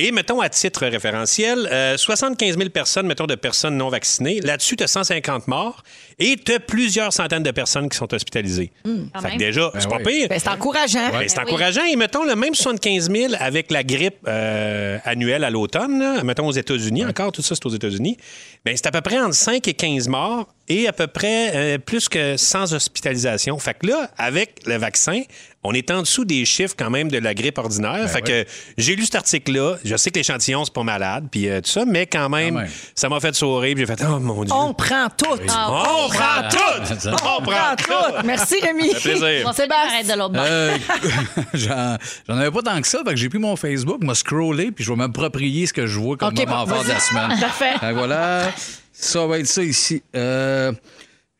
Et mettons à titre référentiel, euh, 75 000 personnes, mettons, de personnes non vaccinées. Là-dessus, tu as 150 morts et tu as plusieurs centaines de personnes qui sont hospitalisées.
Hmm. Quand
Fait que
même.
déjà, c'est pas
ouais.
pire.
Ben, c'est encourageant.
Ben, c'est
Ben oui.
encourageant. Et mettons le même 75 000 avec la grippe euh, annuelle à l'automne, là. mettons aux États-Unis, encore tout ça c'est aux États-Unis, ben, c'est à peu près entre 5 et 15 morts et à peu près euh, plus que 100 hospitalisations. Fait que là, avec le vaccin, on est en dessous des chiffres quand même de la grippe ordinaire. fait
ouais.
que j'ai lu cet article-là. Je sais que l'échantillon, c'est pas malade, puis euh, tout ça, mais quand même,
Quand même.
ça m'a fait sourire. puis J'ai fait, oh mon Dieu.
On prend tout.
Ah,
On prend
tout!
tout! On prend tout!
Merci, Rémi.
Ça fait plaisir.
On va faire arrêter de l'autre bord.
Euh, <laughs> J'en j'en avais pas tant que ça, fait que j'ai pris mon Facebook, m'a scrollé, puis je vais m'approprier ce que je vois comme
OK,
moment
bon,
fort de la semaine.
<laughs> <laughs> Parfait.
Fait que Ah, voilà, ça va être ça ici. Euh,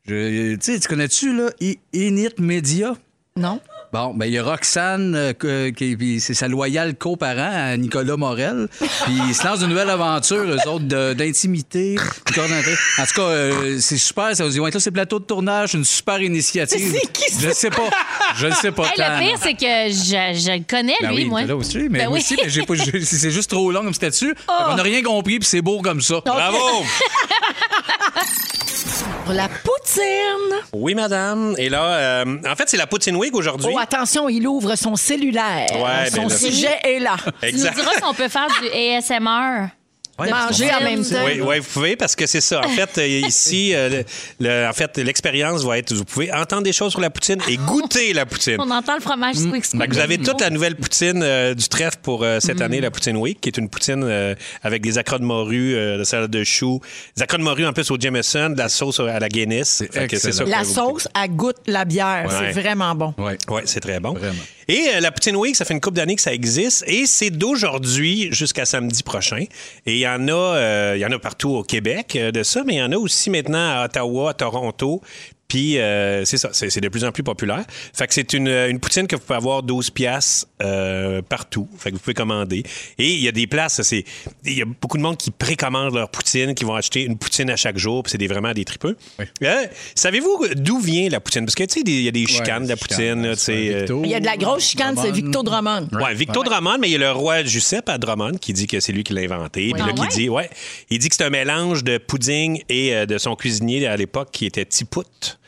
je- tu sais, tu connais-tu, là, I- Init Media?
Non.
Bon, ben il y a Roxane, euh, que- qui puis c'est sa loyale coparent à Nicolas Morel. Puis ils se lancent une nouvelle aventure, eux autres, de- d'intimité. de coordonner. En tout cas, euh, c'est super. Ça vous dit, ouais, là, c'est plateau de tournage, une super initiative.
C'est qui, ça?
Je sais pas. Je le sais pas.
Hey,
Tan.
le pire, c'est que je, je le connais,
Ben
lui,
oui,
moi.
Nicolas aussi, mais
Ben oui. Oh.
moi aussi, mais j'ai pas- j'ai- c'est juste trop long comme statut. On n'a rien compris, puis c'est beau comme ça.
Bravo!
Pour la poutine.
Oui, madame. Et là, euh, en fait, c'est la Poutine Week aujourd'hui.
Oh, attention, il ouvre son cellulaire.
Ouais,
son
ben là-
sujet est là.
Tu nous diras si on peut faire du
<laughs>
ASMR.
Ouais,
Manger en même temps.
Oui, oui, vous pouvez parce que c'est ça.
<laughs>
En fait, euh, ici, euh, le- le- en fait, l'expérience va être, vous pouvez entendre des choses sur la poutine et goûter la poutine.
On entend le fromage squeak
Fait
squeak.
que Mm. Ben, vous avez toute la nouvelle poutine euh, du trèfle pour euh,
Mmh.
cette année, la Poutine Week, qui est une poutine euh, avec des accros de morue, euh, de salade de choux, des accros de morue en plus au Jameson, de la sauce euh, à la Guinness. Fait que c'est ça que
La
vous-
sauce, elle goûte la bière.
Ouais.
C'est vraiment bon.
Ouais.
Oui, c'est très bon.
Vraiment.
Et euh, la Poutine Week, ça fait une couple d'années que ça existe et c'est d'aujourd'hui jusqu'à samedi prochain. Et il y en a euh, il y en a partout au Québec euh, de ça, mais il y en a aussi maintenant à Ottawa, à Toronto. Puis euh, c'est ça, c'est c'est de plus en plus populaire. Fait que c'est une, euh, une poutine que vous pouvez avoir 12 piastres euh, partout. Fait que vous pouvez commander. Et il y a des places, c'est il y a beaucoup de monde qui précommande leur poutine, qui vont acheter une poutine à chaque jour, puis c'est des, vraiment des tripeux. Euh, Savez-vous d'où vient la poutine? Parce que, tu sais, des- il y a des chicanes de la poutine, là, tu sais. euh,
Il y a de la grosse chicane, c'est Victor Drummond.
Ouais, Victor Drummond, mais il y a le roi Giuseppe à Drummond qui dit que c'est lui qui l'a inventé. Puis là,
Ah
qui
ouais?
dit, ouais, il dit que c'est un mélange de pudding et euh, de son cuisinier à l'époque qui était Tipout.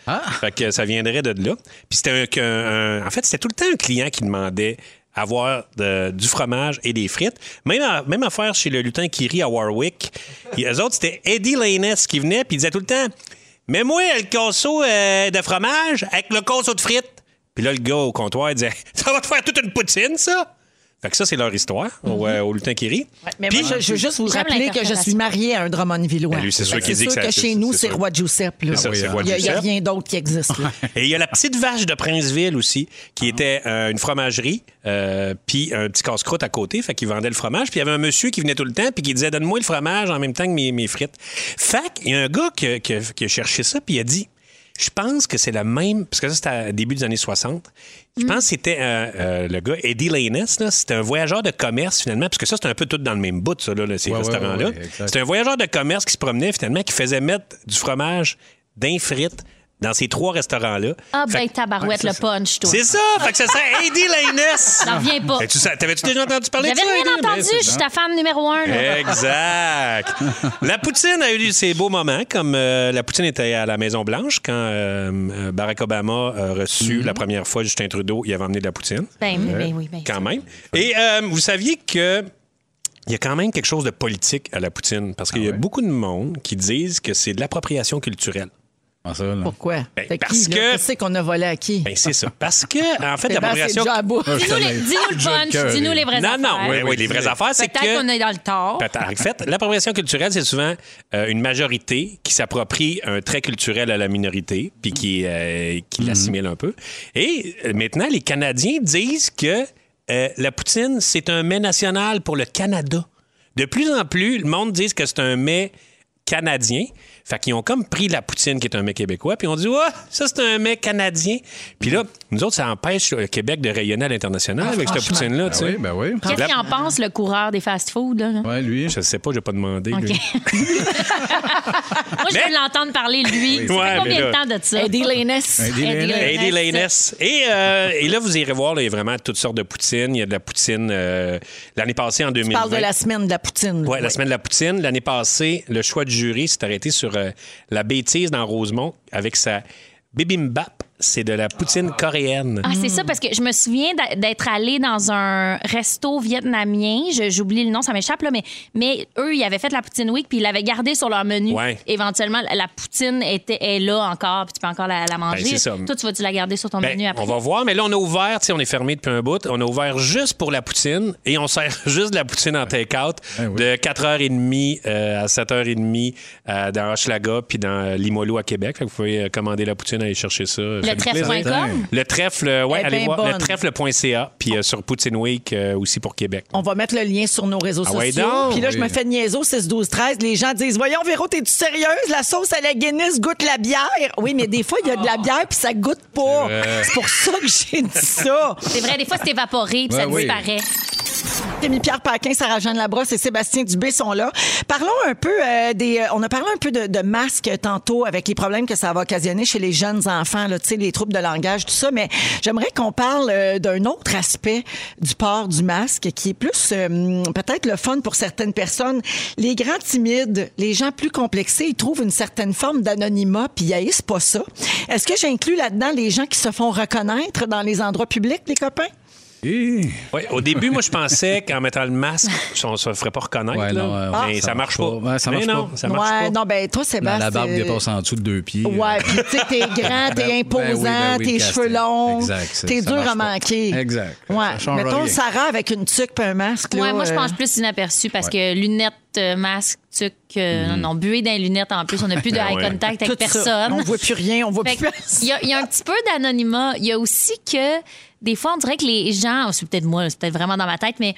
Ah!
Fait que ça viendrait de là. Puis c'était un, qu'un- un- en fait, c'était tout le temps un client qui demandait avoir de- du fromage et des frites. Même, à- même affaire chez le lutin qui rit à Warwick. Et eux autres, c'était Eddie Lanes qui venait puis il disait tout le temps, mais moi, le conso euh, de fromage avec le conso de frites. Puis là, le gars au comptoir il disait <laughs> Ça va te faire toute une poutine, ça? Fait que ça, c'est leur histoire au, euh, au lutin qui rit.
Mais
Puis-
moi, je, je veux juste vous
J'aime
rappeler que je suis
l'interprétation.
mariée à un Drummond Villois.
Ben, lui, c'est sûr
Fait que
qu'il dit que ça-
chez
c'est-
nous,
c'est
c'est
sûr.
Roi Giuseppe. là.
C'est ça, c'est Roi
Il y a- il y a
Giuseppe.
rien d'autre qui existe. là.
Et il y a la
Ah.
petite vache de Princeville aussi, qui était euh, une fromagerie, euh, puis un petit casse-croûte à côté, fait qu'il vendait le fromage. Puis il y avait un monsieur qui venait tout le temps, puis qui disait Donne-moi le fromage en même temps que mes, mes frites. Fait qu'il y a un gars qui, a- qui a- qui a cherché ça, puis il a dit Je pense que c'est la même, parce que ça, c'était à début des années 60. Je
Mm.
pense que c'était euh, euh, le gars Eddie Lanes, là, c'était un voyageur de commerce finalement, parce que ça, c'était un peu tout dans le même bout, ça, là, là, ces
Ouais, ouais,
restaurants-là.
ouais, ouais, exact.
C'était un voyageur de commerce qui se promenait finalement, qui faisait mettre du fromage d'un frites dans ces trois restaurants-là.
Ah,
Fait
ben,
que-
tabarouette, le punch, toi.
C'est ça! Fait que ça sent Eddie
<laughs> T'en
Lainess!
reviens pas.
Hey, tu Ben, sais- T'avais-tu déjà entendu parler de
J'avais
ça?
rien
Eddie?
entendu,
c'est
je suis
bon.
ta femme numéro un.
Eh.
là. <laughs>
Exact. La poutine a eu ses beaux moments, comme euh, la poutine était à la Maison Blanche quand euh, euh, Barack Obama a reçu
Mm-hmm.
la première fois Justin Trudeau, il avait emmené de la poutine.
Ben, ben, ben oui, ben.
Eh. quand même. Et euh, vous saviez que il y a quand même quelque chose de politique à la poutine parce
Ah
qu'il y a beaucoup de monde qui disent que c'est de l'appropriation culturelle.
Comment Ah, ça, là?
Pourquoi?
Ben,
Fait qui,
parce
là?
que-
Qu'est-ce qu'on a volé à qui?
Ben
<laughs>
c'est ça. Parce que en fait
Eh ben, c'est
l'appropriation
déjà à bout.
Dis-nous les- dis-nous le punch, dis-nous les vraies
non
affaires.
non, oui, oui, les vraies affaires c'est
Peut-être
que
qu'on est dans le tort.
Peut-être. En fait, l'appropriation culturelle, c'est souvent euh, une majorité qui s'approprie un trait culturel à la minorité, puis qui, euh, qui l'assimile un peu. Et euh, maintenant, les Canadiens disent que euh, la poutine, c'est un mets national pour le Canada. De plus en plus, le monde dit que c'est un mets canadien. Fait qu'ils ont comme pris la poutine qui est un mets québécois, puis on dit, ouais, ça c'est un mets canadien. Puis là, nous autres, ça empêche le Québec de rayonner à l'international avec cette
franchement.
poutine-là,
Ben
tu sais.
oui, ben oui.
Qu'est-ce qu'il en pense, le coureur des fast-foods? là? Moi,
Ouais, lui.
Je sais pas, j'ai pas demandé.
OK.
lui.
<laughs> je veux l'entendre parler, lui. Ça
Ouais,
fait combien
mais
de
là-
temps de ça?
Eddie Lainess.
Eddie
Eddie Lainey.
<laughs>
Lainey.
Eddie Lainess. Et, euh, et là, vous irez voir, là, il y a vraiment toutes sortes de poutines. Il y a de la poutine euh, l'année passée, en 2020.
Parle de la semaine de la poutine.
Ouais, la semaine de la poutine. L'année passée, le choix du jury s'est arrêté sur euh, la bêtise dans Rosemont avec sa bibimbap. C'est de la poutine coréenne.
Ah, c'est ça, parce que je me souviens d'a- d'être allée dans un resto vietnamien. Je- J'oublie le nom, ça m'échappe, là, mais, mais eux, ils avaient fait la Poutine Week, puis ils l'avaient gardée sur leur menu.
Ouais.
Éventuellement, la- la poutine était, est là encore, puis tu peux encore la, la manger.
Ben, c'est ça.
Toi, tu vas-tu la garder sur ton
Ben,
menu après?
on va voir, mais là, on a ouvert, tu sais, on est fermé depuis un bout. On a ouvert juste pour la poutine et on sert <laughs> juste de la poutine en take-out
Ben oui.
de 4h30 euh, à 7h30 euh, dans Hochelaga puis dans euh, Limoilou à Québec. Fait que vous pouvez euh, commander la poutine, aller chercher ça.
Le
Ça nous plaît.
trèfle.com?
Le trèfle, euh, ouais,
Elle est
allez
bien
voir.
bonne.
Le trèfle.ca puis euh, sur Poutine Week euh, aussi pour Québec.
On va mettre le lien sur nos réseaux
Ah ouais,
sociaux.
donc.
Puis là, je me
Oui.
fais niaiser au 6, 12, 13. Les gens disent Voyons, Véro, t'es-tu sérieuse? La sauce à la Guinness goûte la bière. Oui, mais des fois, il y a de la bière, puis ça goûte pas. C'est pour ça que j'ai dit ça.
C'est vrai, des fois, c'est évaporé, puis ça
Ben oui.
disparaît.
Rémi-Pierre Paquin, Sarah-Jeanne Labrosse et Sébastien Dubé sont là. Parlons un peu euh, des... euh, on a parlé un peu de, de masques tantôt avec les problèmes que ça va occasionner chez les jeunes enfants, là, tu sais, les troubles de langage, tout ça, mais j'aimerais qu'on parle euh, d'un autre aspect du port du masque qui est plus euh, peut-être le fun pour certaines personnes. Les grands timides, les gens plus complexés, ils trouvent une certaine forme d'anonymat puis ils haïssent pas ça. Est-ce que j'inclus là-dedans les gens qui se font reconnaître dans les endroits publics, les copains?
Eh.
Ouais, au début, moi, je pensais qu'en mettant le masque, on se ferait pas reconnaître.
Ouais,
là.
non, ouais, ouais,
mais
ça
ça marche pas.
marche pas. Ouais, ça
Mais
marche
non,
pas.
ça marche
ouais,
pas.
non, ben toi,
La,
Sébastien...
la barbe dépasse en dessous de deux pieds.
Ouais, puis tu sais, t'es
<laughs>
grand, t'es
euh, Ben- ben
imposant,
oui, ben oui,
t'es
casting.
cheveux longs,
Exact, c'est-
t'es
ça
dur à
marche pas.
manquer.
Exact. Ça
Ouais.
change
Mettons
rien.
Sarah avec une tuque et un masque. là,
Ouais, moi, je
euh,
pense plus inaperçu parce que lunettes, euh, masque, tuc, euh, non, non, buée dans les lunettes en plus. On n'a plus de eye
ouais.
contact
tout
avec
ça.
personne.
On voit plus rien, on voit
Fait
plus
que Il y, a- il y a un petit peu d'anonymat. Il y a aussi que des fois, on dirait que les gens, c'est peut-être moi, c'est peut-être vraiment dans ma tête, mais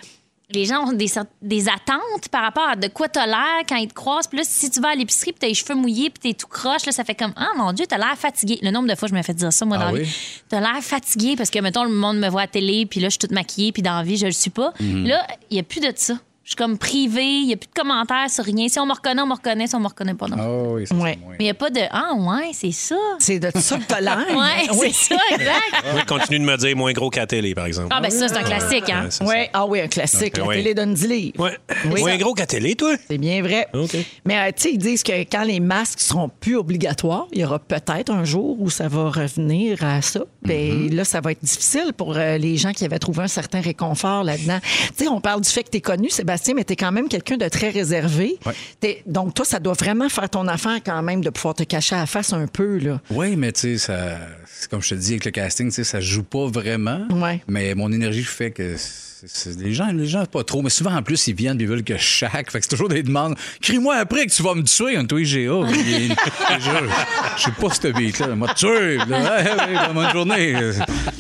les gens ont des, cer- des attentes par rapport à de quoi t'as l'air quand ils te croisent. Puis là, si tu vas à l'épicerie, puis t'as les cheveux mouillés, puis t'es tout croche, là, ça fait comme Ah mon Dieu, t'as l'air fatigué. Le nombre de fois, je me fais dire ça, moi,
Ah
dans la
oui?
vie. T'as l'air fatigué parce que, mettons, le monde me voit à télé, puis là, je suis toute maquillée, puis dans la vie, je le suis pas.
Mm-hmm.
Là, il n'y a plus de ça. Je suis comme privée, il n'y a plus de commentaires sur rien. Si on me reconnaît, on me reconnaît. Si on me reconnaît pas, non.
Ah oui, ça, c'est
Ouais.
moins.
Mais il n'y a pas de Ah, ouais, c'est ça.
C'est de ça que t'as l'air.
Ouais,
oui.
c'est ça, exact.
Moi, je continue de me dire moins gros qu'à la télé, par exemple.
Ah, ben ça, c'est un classique, hein?
Ouais, Euh, c'est
Ouais. Ah oui, un classique.
Ok,
la
oui.
télé donne du livre.
ça. Ouais.
Oui.
Moins gros qu'à la télé, toi?
C'est bien vrai.
OK.
Mais euh, tu sais, ils disent que quand les masques seront plus obligatoires, il y aura peut-être un jour où ça va revenir à ça. Ben, là, ça va être difficile pour euh, les gens qui avaient trouvé un certain réconfort là-dedans. Tu sais, on parle du fait que tu es connu, Sébastien, mais tu es quand même quelqu'un de très réservé.
Ouais.
T'es- Donc, toi, ça doit vraiment faire ton affaire quand même de pouvoir te cacher à la face un peu. Là.
Oui, mais tu sais, ça, c'est comme je te dis avec le casting, tu sais, ça joue pas vraiment.
Ouais.
Mais mon énergie fait que c'est- c'est- les gens, les gens pas trop. Mais souvent en plus, ils viennent, puis ils veulent que chaque. Fait que c'est toujours des demandes. Crie-moi après que tu vas me tuer, un toi IGA.
<laughs>
Puis, euh, je jure, je sais pas cette beat là, m'a tué. Puis là, Hey, hey, hey, bonne journée.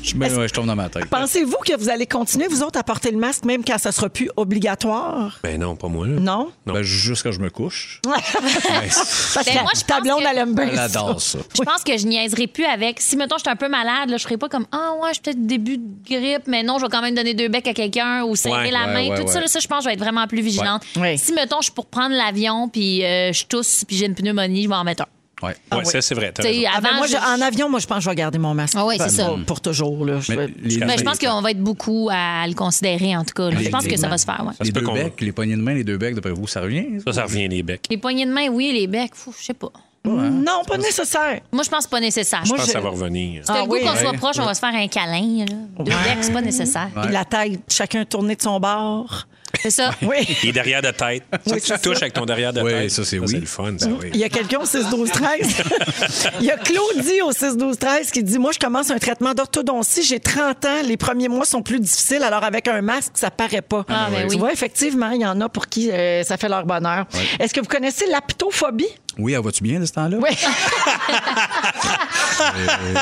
Je, me- ouais, je tombe dans ma tête.
Pensez-vous que vous allez continuer, vous autres, à porter le masque même quand ça sera plus obligatoire?
Ben non, pas moi. là.
Non?
Ben, juste quand je
<laughs>
me couche. Ben, Ah, c'est-
Parce
Ben,
que
moi, je
ta
pense
blonde,
que-
elle aime bien
elle
ça.
adore ça.
Je pense que je niaiserai plus avec. Si, mettons, je suis un peu malade, là, je serai pas comme Ah, ouais, je suis peut-être début de grippe, mais non, je vais quand même donner deux becs à quelqu'un ou serrer
Ouais,
la
ouais,
main.
ouais,
Tout ça,
ouais.
là, ça, je pense que je vais être vraiment plus vigilante.
Ouais. Ouais.
Si, mettons, je suis pour prendre l'avion, puis euh, je tousse, puis j'ai une pneumonie, je vais en mettre un.
Ouais.
Ouais, ça, c'est vrai. t'as
Tu sais,
raison.
Ah, ben,
avant,
moi,
je-
je- en avion, moi, je pense que je vais garder mon masque.
Ah oui, c'est
Pour-
ça.
Pour, pour toujours. Là. Je
Mais
vais-
les-
Ben, je pense qu'on va être beaucoup à le considérer, en tout cas. là. Je pense que ça va se faire, ouais.
se
Les
peut
deux
qu'on va.
becs, les poignées de main, les deux becs, d'après vous, ça revient?
Ça, ça revient les becs.
Les poignées de main, oui, les becs, fou, je sais pas.
Ah. Non, pas nécessaire.
Moi, je pense pas nécessaire.
Je pense
je-
que ça va revenir.
T'as
Ah
le
oui,
goût qu'on
hein?
soit proche, on va se faire un câlin. Là. Deux becs, c'est pas nécessaire.
Puis la taille, chacun tourné de son bord.
C'est ça.
<laughs>
Oui.
Et derrière de tête. Ça, tu touches avec ton derrière de
Oui,
tête.
ça, c'est oui.
C'est le fun. ça, oui.
Il y a quelqu'un au 6-12-13. <laughs> Il y a Claudie au 6-12-13 qui dit Moi, je commence un traitement d'orthodontie. J'ai 30 ans. Les premiers mois sont plus difficiles. Alors, avec un masque, ça paraît pas.
Ah, ben
tu
oui.
vois, effectivement, il y en a pour qui euh, ça fait leur bonheur. Est-ce que vous connaissez l'aptophobie?
Oui, elle va-tu bien de ce temps-là?
Oui.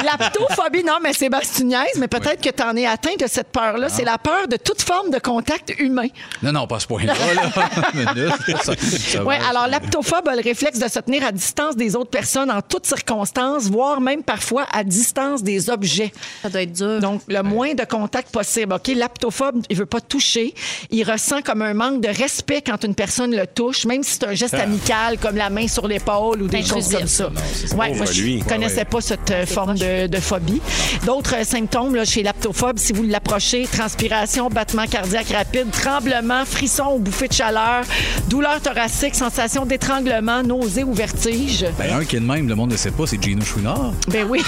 la ptophobie, non, mais Sébastien niaise, mais peut-être que tu en es atteint de cette peur-là. C'est la peur de toute forme de contact humain.
Non, non, pas à ce point-là. là. <laughs> Minute, ça- ça
Oui,
va.
alors l'aptophobe a le réflexe de se tenir à distance des autres personnes en toutes circonstances, voire même parfois à distance des objets.
Ça doit être dur.
Donc, le moins de contact possible. OK, l'aptophobe, il veut pas toucher. Il ressent comme un manque de respect quand une personne le touche, même si c'est un geste amical, comme la main sur l'épaule ou des choses
Intrusif.
comme ça. ouais, moi, je
lui.
connaissais pas cette euh, forme de, de phobie. D'autres euh, symptômes là, chez l'aptophobe, si vous l'approchez, transpiration, battement cardiaque rapide, tremblement, frisson ou bouffée de chaleur, douleur thoracique, sensation d'étranglement, nausée ou vertige.
Ben, un qui est de même, le monde ne sait pas, c'est Gino Chouinard.
Ben oui.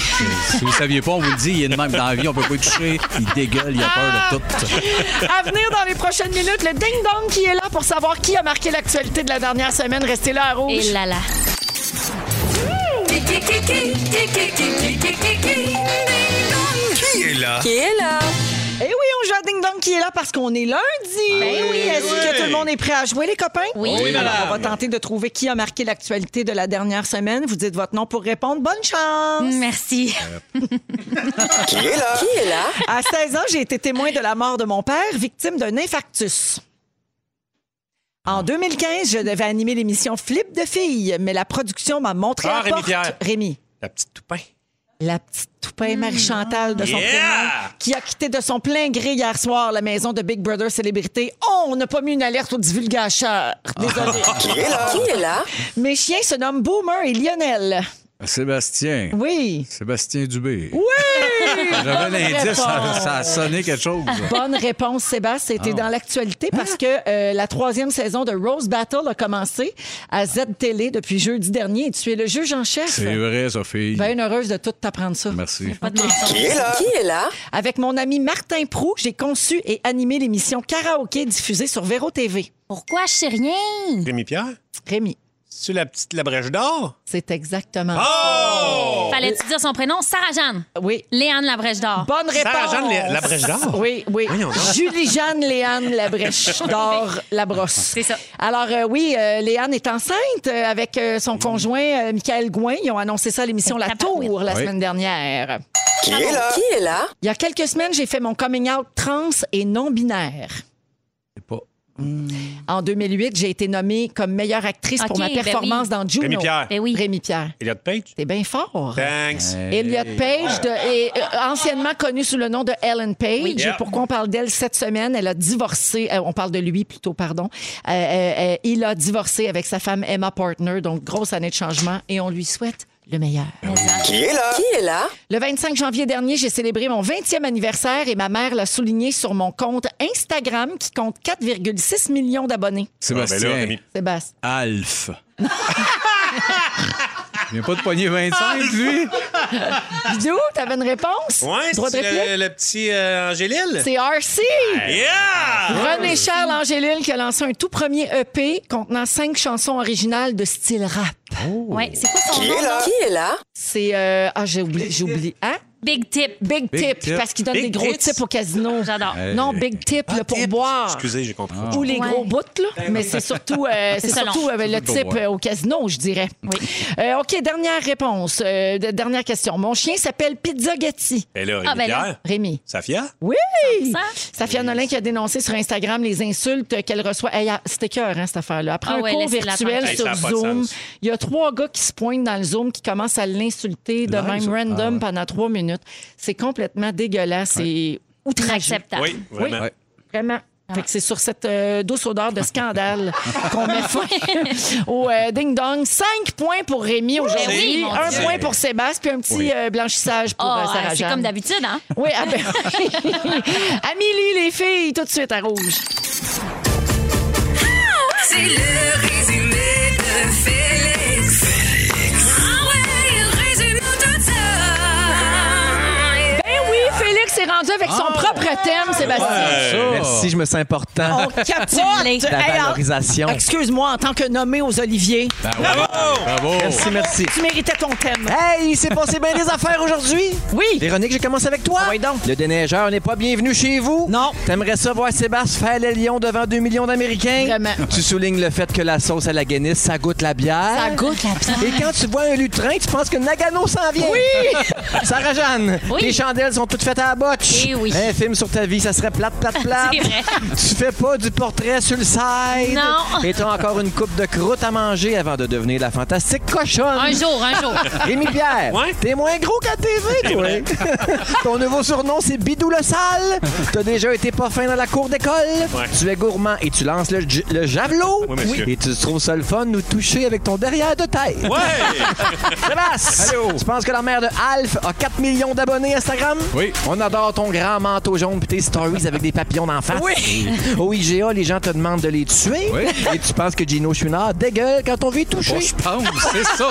si vous ne saviez pas, on vous le dit, il est de même dans la vie, on peut pas le toucher. Il dégueule, il a peur
Ah!
de tout.
<laughs> À venir dans les prochaines minutes, le ding-dong qui est là pour savoir qui a marqué l'actualité de la dernière semaine. Restez là à rouge.
Et là là.
Qui est là?
Eh oui, on joue à Ding Dong qui est là parce qu'on est lundi. Ben oui, est-ce que tout le monde est prêt à jouer, les copains?
Oui. Oui,
Alors, on va tenter de trouver qui a marqué l'actualité de la dernière semaine. Vous dites votre nom pour répondre. Bonne chance!
Merci.
À 16 ans, j'ai été témoin de la mort de mon père, victime d'un infarctus. En 2015, je devais animer l'émission Flip de filles, mais la production m'a montré
Ah,
la
Rémi
porte.
Pierre.
Rémi.
La petite toupin.
La petite toupin Marie-Chantal de son
Yeah!
prénom, qui a quitté de son plein gré hier soir la maison de Big Brother Célébrité. Oh, on n'a pas mis une alerte au divulgateur. Désolé.
Qui est là?
Mes chiens se nomment Boomer et Lionel.
Sébastien.
Oui.
Sébastien Dubé.
Oui! <laughs>
J'avais
Bonne
l'indice, ça,
réponse.
ça a sonné quelque chose.
Bonne réponse, Sébastien. C'était dans l'actualité parce que euh, la troisième saison de Rose Battle a commencé à Z-Télé depuis jeudi dernier et tu es le juge en chef.
C'est vrai, Sophie.
Bien heureuse de tout t'apprendre ça.
Merci.
Pas de mensonge.
Qui est là?
Avec mon ami Martin Prou, j'ai conçu et animé l'émission Karaoké diffusée sur Véro TV.
Pourquoi je sais rien?
Rémi Pierre.
Rémi,
C'est la petite la brèche d'or.
c'est exactement.
Ah! Oh!
Fallait-tu dire son prénom? Sarah-Jeanne.
Oui.
Léane Labrèche d'Or.
Bonne réponse.
Sarah-Jeanne Lé- Labrèche d'Or?
Oui, oui.
Voyons donc.
Julie-Jeanne Léane
<laughs>
Labrèche d'Or Labrosse.
C'est ça.
Alors euh, oui, euh, Léane est enceinte euh, avec euh, son conjoint euh, Michael Gouin. Ils ont annoncé ça à l'émission La
Tabarouette.
Tour la
Oui.
semaine dernière.
Qui est là? Qui est là?
Il y a quelques semaines, j'ai fait mon coming out trans et non binaire. Hmm.
C'est pas-
En 2008, j'ai été nommée comme meilleure actrice pour
Ok,
ma
ben
performance dans Juno.
Rémi Pierre.
Ben oui.
Rémi Pierre.
Elliot Page.
T'es bien fort.
Thanks.
Elliot Page, de- est, euh, anciennement connue sous le nom de Ellen Page. Et pourquoi on parle d'elle cette semaine? Elle a divorcé, euh, on parle de lui plutôt, pardon. Euh, euh, euh, il a divorcé avec sa femme Emma Partner, donc grosse année de changement, et on lui souhaite le meilleur.
Qui est là? Qui est là?
Le 25 janvier dernier, j'ai célébré mon 20e anniversaire et ma mère l'a souligné sur mon compte Instagram qui compte 4,6 millions d'abonnés.
Ah, ben là,
Sébastien.
Rémi-
Sébastien.
Alf. Il vient pas de poignet 25, lui?
Bidou, t'avais une réponse?
Ah. Ouais,
Droit de réplique?
c'est le, le petit euh, Angélil.
C'est RC!
Yeah!
René Charles Angélil qui a lancé un tout premier EP contenant cinq chansons originales de style rap.
Ouais, c'est quoi son
Qui
nom?
est là? Qui est là?
C'est. euh, ah, j'ai oublié. J'ai oublié. Hein?
Big Tip.
Big,
Big
tip,
Tip.
parce qu'il donne
Big
des gros
Tits. Ah,
tips au casino.
Ah, J'adore.
Hey.
Non, Big Tip, le pour boire.
Excusez, j'ai compris.
Ou les
Ouais.
gros bouts, là. Mais c'est surtout,
<laughs>
euh, c'est
C'est selon.
surtout euh, le
pour
type
boire.
euh, au casino, je dirais. Euh, OK, dernière réponse. euh, de- dernière question. Mon chien s'appelle Pizza Gatti.
Et là, Rémi
Ah, ben là.
Pierre.
Rémi.
Safia?
Oui!
Ça?
Safia Nolin qui a dénoncé sur Instagram les insultes qu'elle reçoit. Hey, ah, C'était cœur, hein, cette affaire-là. Après
Ah
un
ouais,
cours
laissez-la
virtuel
faire.
Hey,
sur
ça a pas de
Zoom,
sens.
il y a trois gars qui se pointent dans le Zoom qui commencent à l'insulter de
Live,
même
ça? Ah
random
ouais.
pendant trois minutes. C'est complètement dégueulasse et outrageant.
Inacceptable. Ah
Oui, vraiment.
Ouais.
Vraiment. Fait que c'est sur cette euh, douce odeur de
<laughs>
scandale qu'on met fin au euh, ding-dong. Cinq points pour Rémi
oui,
aujourd'hui,
mon
un
Dieu.
point pour Sébastien, puis un petit
Oui.
euh, blanchissage pour
Oh,
euh,
euh, c'est
Sarah-Jeanne.
comme d'habitude, hein?
Oui, ah ben oui. Amélie, les filles, tout de suite à rouge.
C'est le résumé de Félix. Ah ouais, il résume tout ça.
Ben oui, Félix Eh est rendu avec son propre
propre thème, Sébastien.
Euh,
Merci, je me sens important.
On capote!
les-
Hey,
La
en-
valorisation.
Excuse-moi, en tant que nommé aux Oliviers,
Bravo! Bravo!
Merci, merci.
tu méritais ton thème.
Hey, il s'est passé bien des affaires aujourd'hui.
Oui!
Véronique, je commence avec toi.
Oui, donc.
Le déneigeur n'est pas bienvenu chez vous.
Non.
T'aimerais ça voir Sébastien faire les lions devant 2 millions d'Américains.
Vraiment.
Tu soulignes le fait que la sauce à la guenisse, ça goûte la bière.
Ça goûte la bière.
Et quand tu vois un lutrin, tu penses que Nagano s'en vient. <laughs> Oui! Sarah-Jeanne,
Oui.
tes chandelles sont toutes faites à la botche.
Eh oui.
Un film sur ta vie, ça serait plate, plate,
<laughs>
plate.
C'est vrai.
Tu fais pas du portrait sur le side.
Non.
Et t'as encore une coupe de croûte à manger avant de devenir la fantastique cochonne.
Un jour, un jour.
<laughs> Rémi Pierre,
Ouais.
t'es moins gros qu'à TV, toi. <laughs> Ton nouveau surnom, c'est Bidou le sale. T'as déjà été pas fin dans la cour d'école.
Ouais.
Tu es gourmand et tu lances le, j- le javelot.
Oui, monsieur.
Et tu trouves ça le fun de nous toucher avec ton derrière de tête.
Ouais!
Sébastien, tu penses que la mère de Alf a 4 millions d'abonnés Instagram?
Oui.
On adore ton grand manteau jaune pis tes stories avec des papillons d'en face. Oui. Au IGA, les gens te demandent de les tuer.
Oui.
Et tu penses que Gino Chouinard dégueule quand on veut y toucher.
Oh, je pense, c'est ça!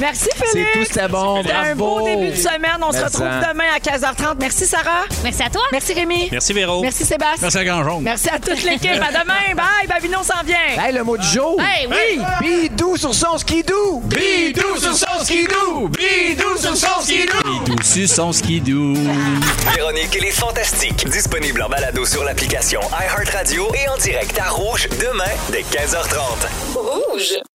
Merci,
C'est
Félix!
tout, c'était bon.
C'était un beau
Bravo.
début de semaine. On se
Merci.
retrouve demain à 15h30. Merci, Sarah.
Merci à toi.
Merci, Rémi.
Merci, Véro.
Merci, Sébastien.
Merci à Grand Jaune.
Merci à toute l'équipe. À
<laughs>
demain. Bye. Babineau s'en vient.
Hey, le mot du jour.
Hey, oui.
Bidou sur son skidou.
Bidou sur son skidou! Bidou sur son skidou! Bidou sur son skidou!
Véronique et les Fantastiques. Disponible en balado sur l'application iHeartRadio et en direct à Rouge demain dès 15h30.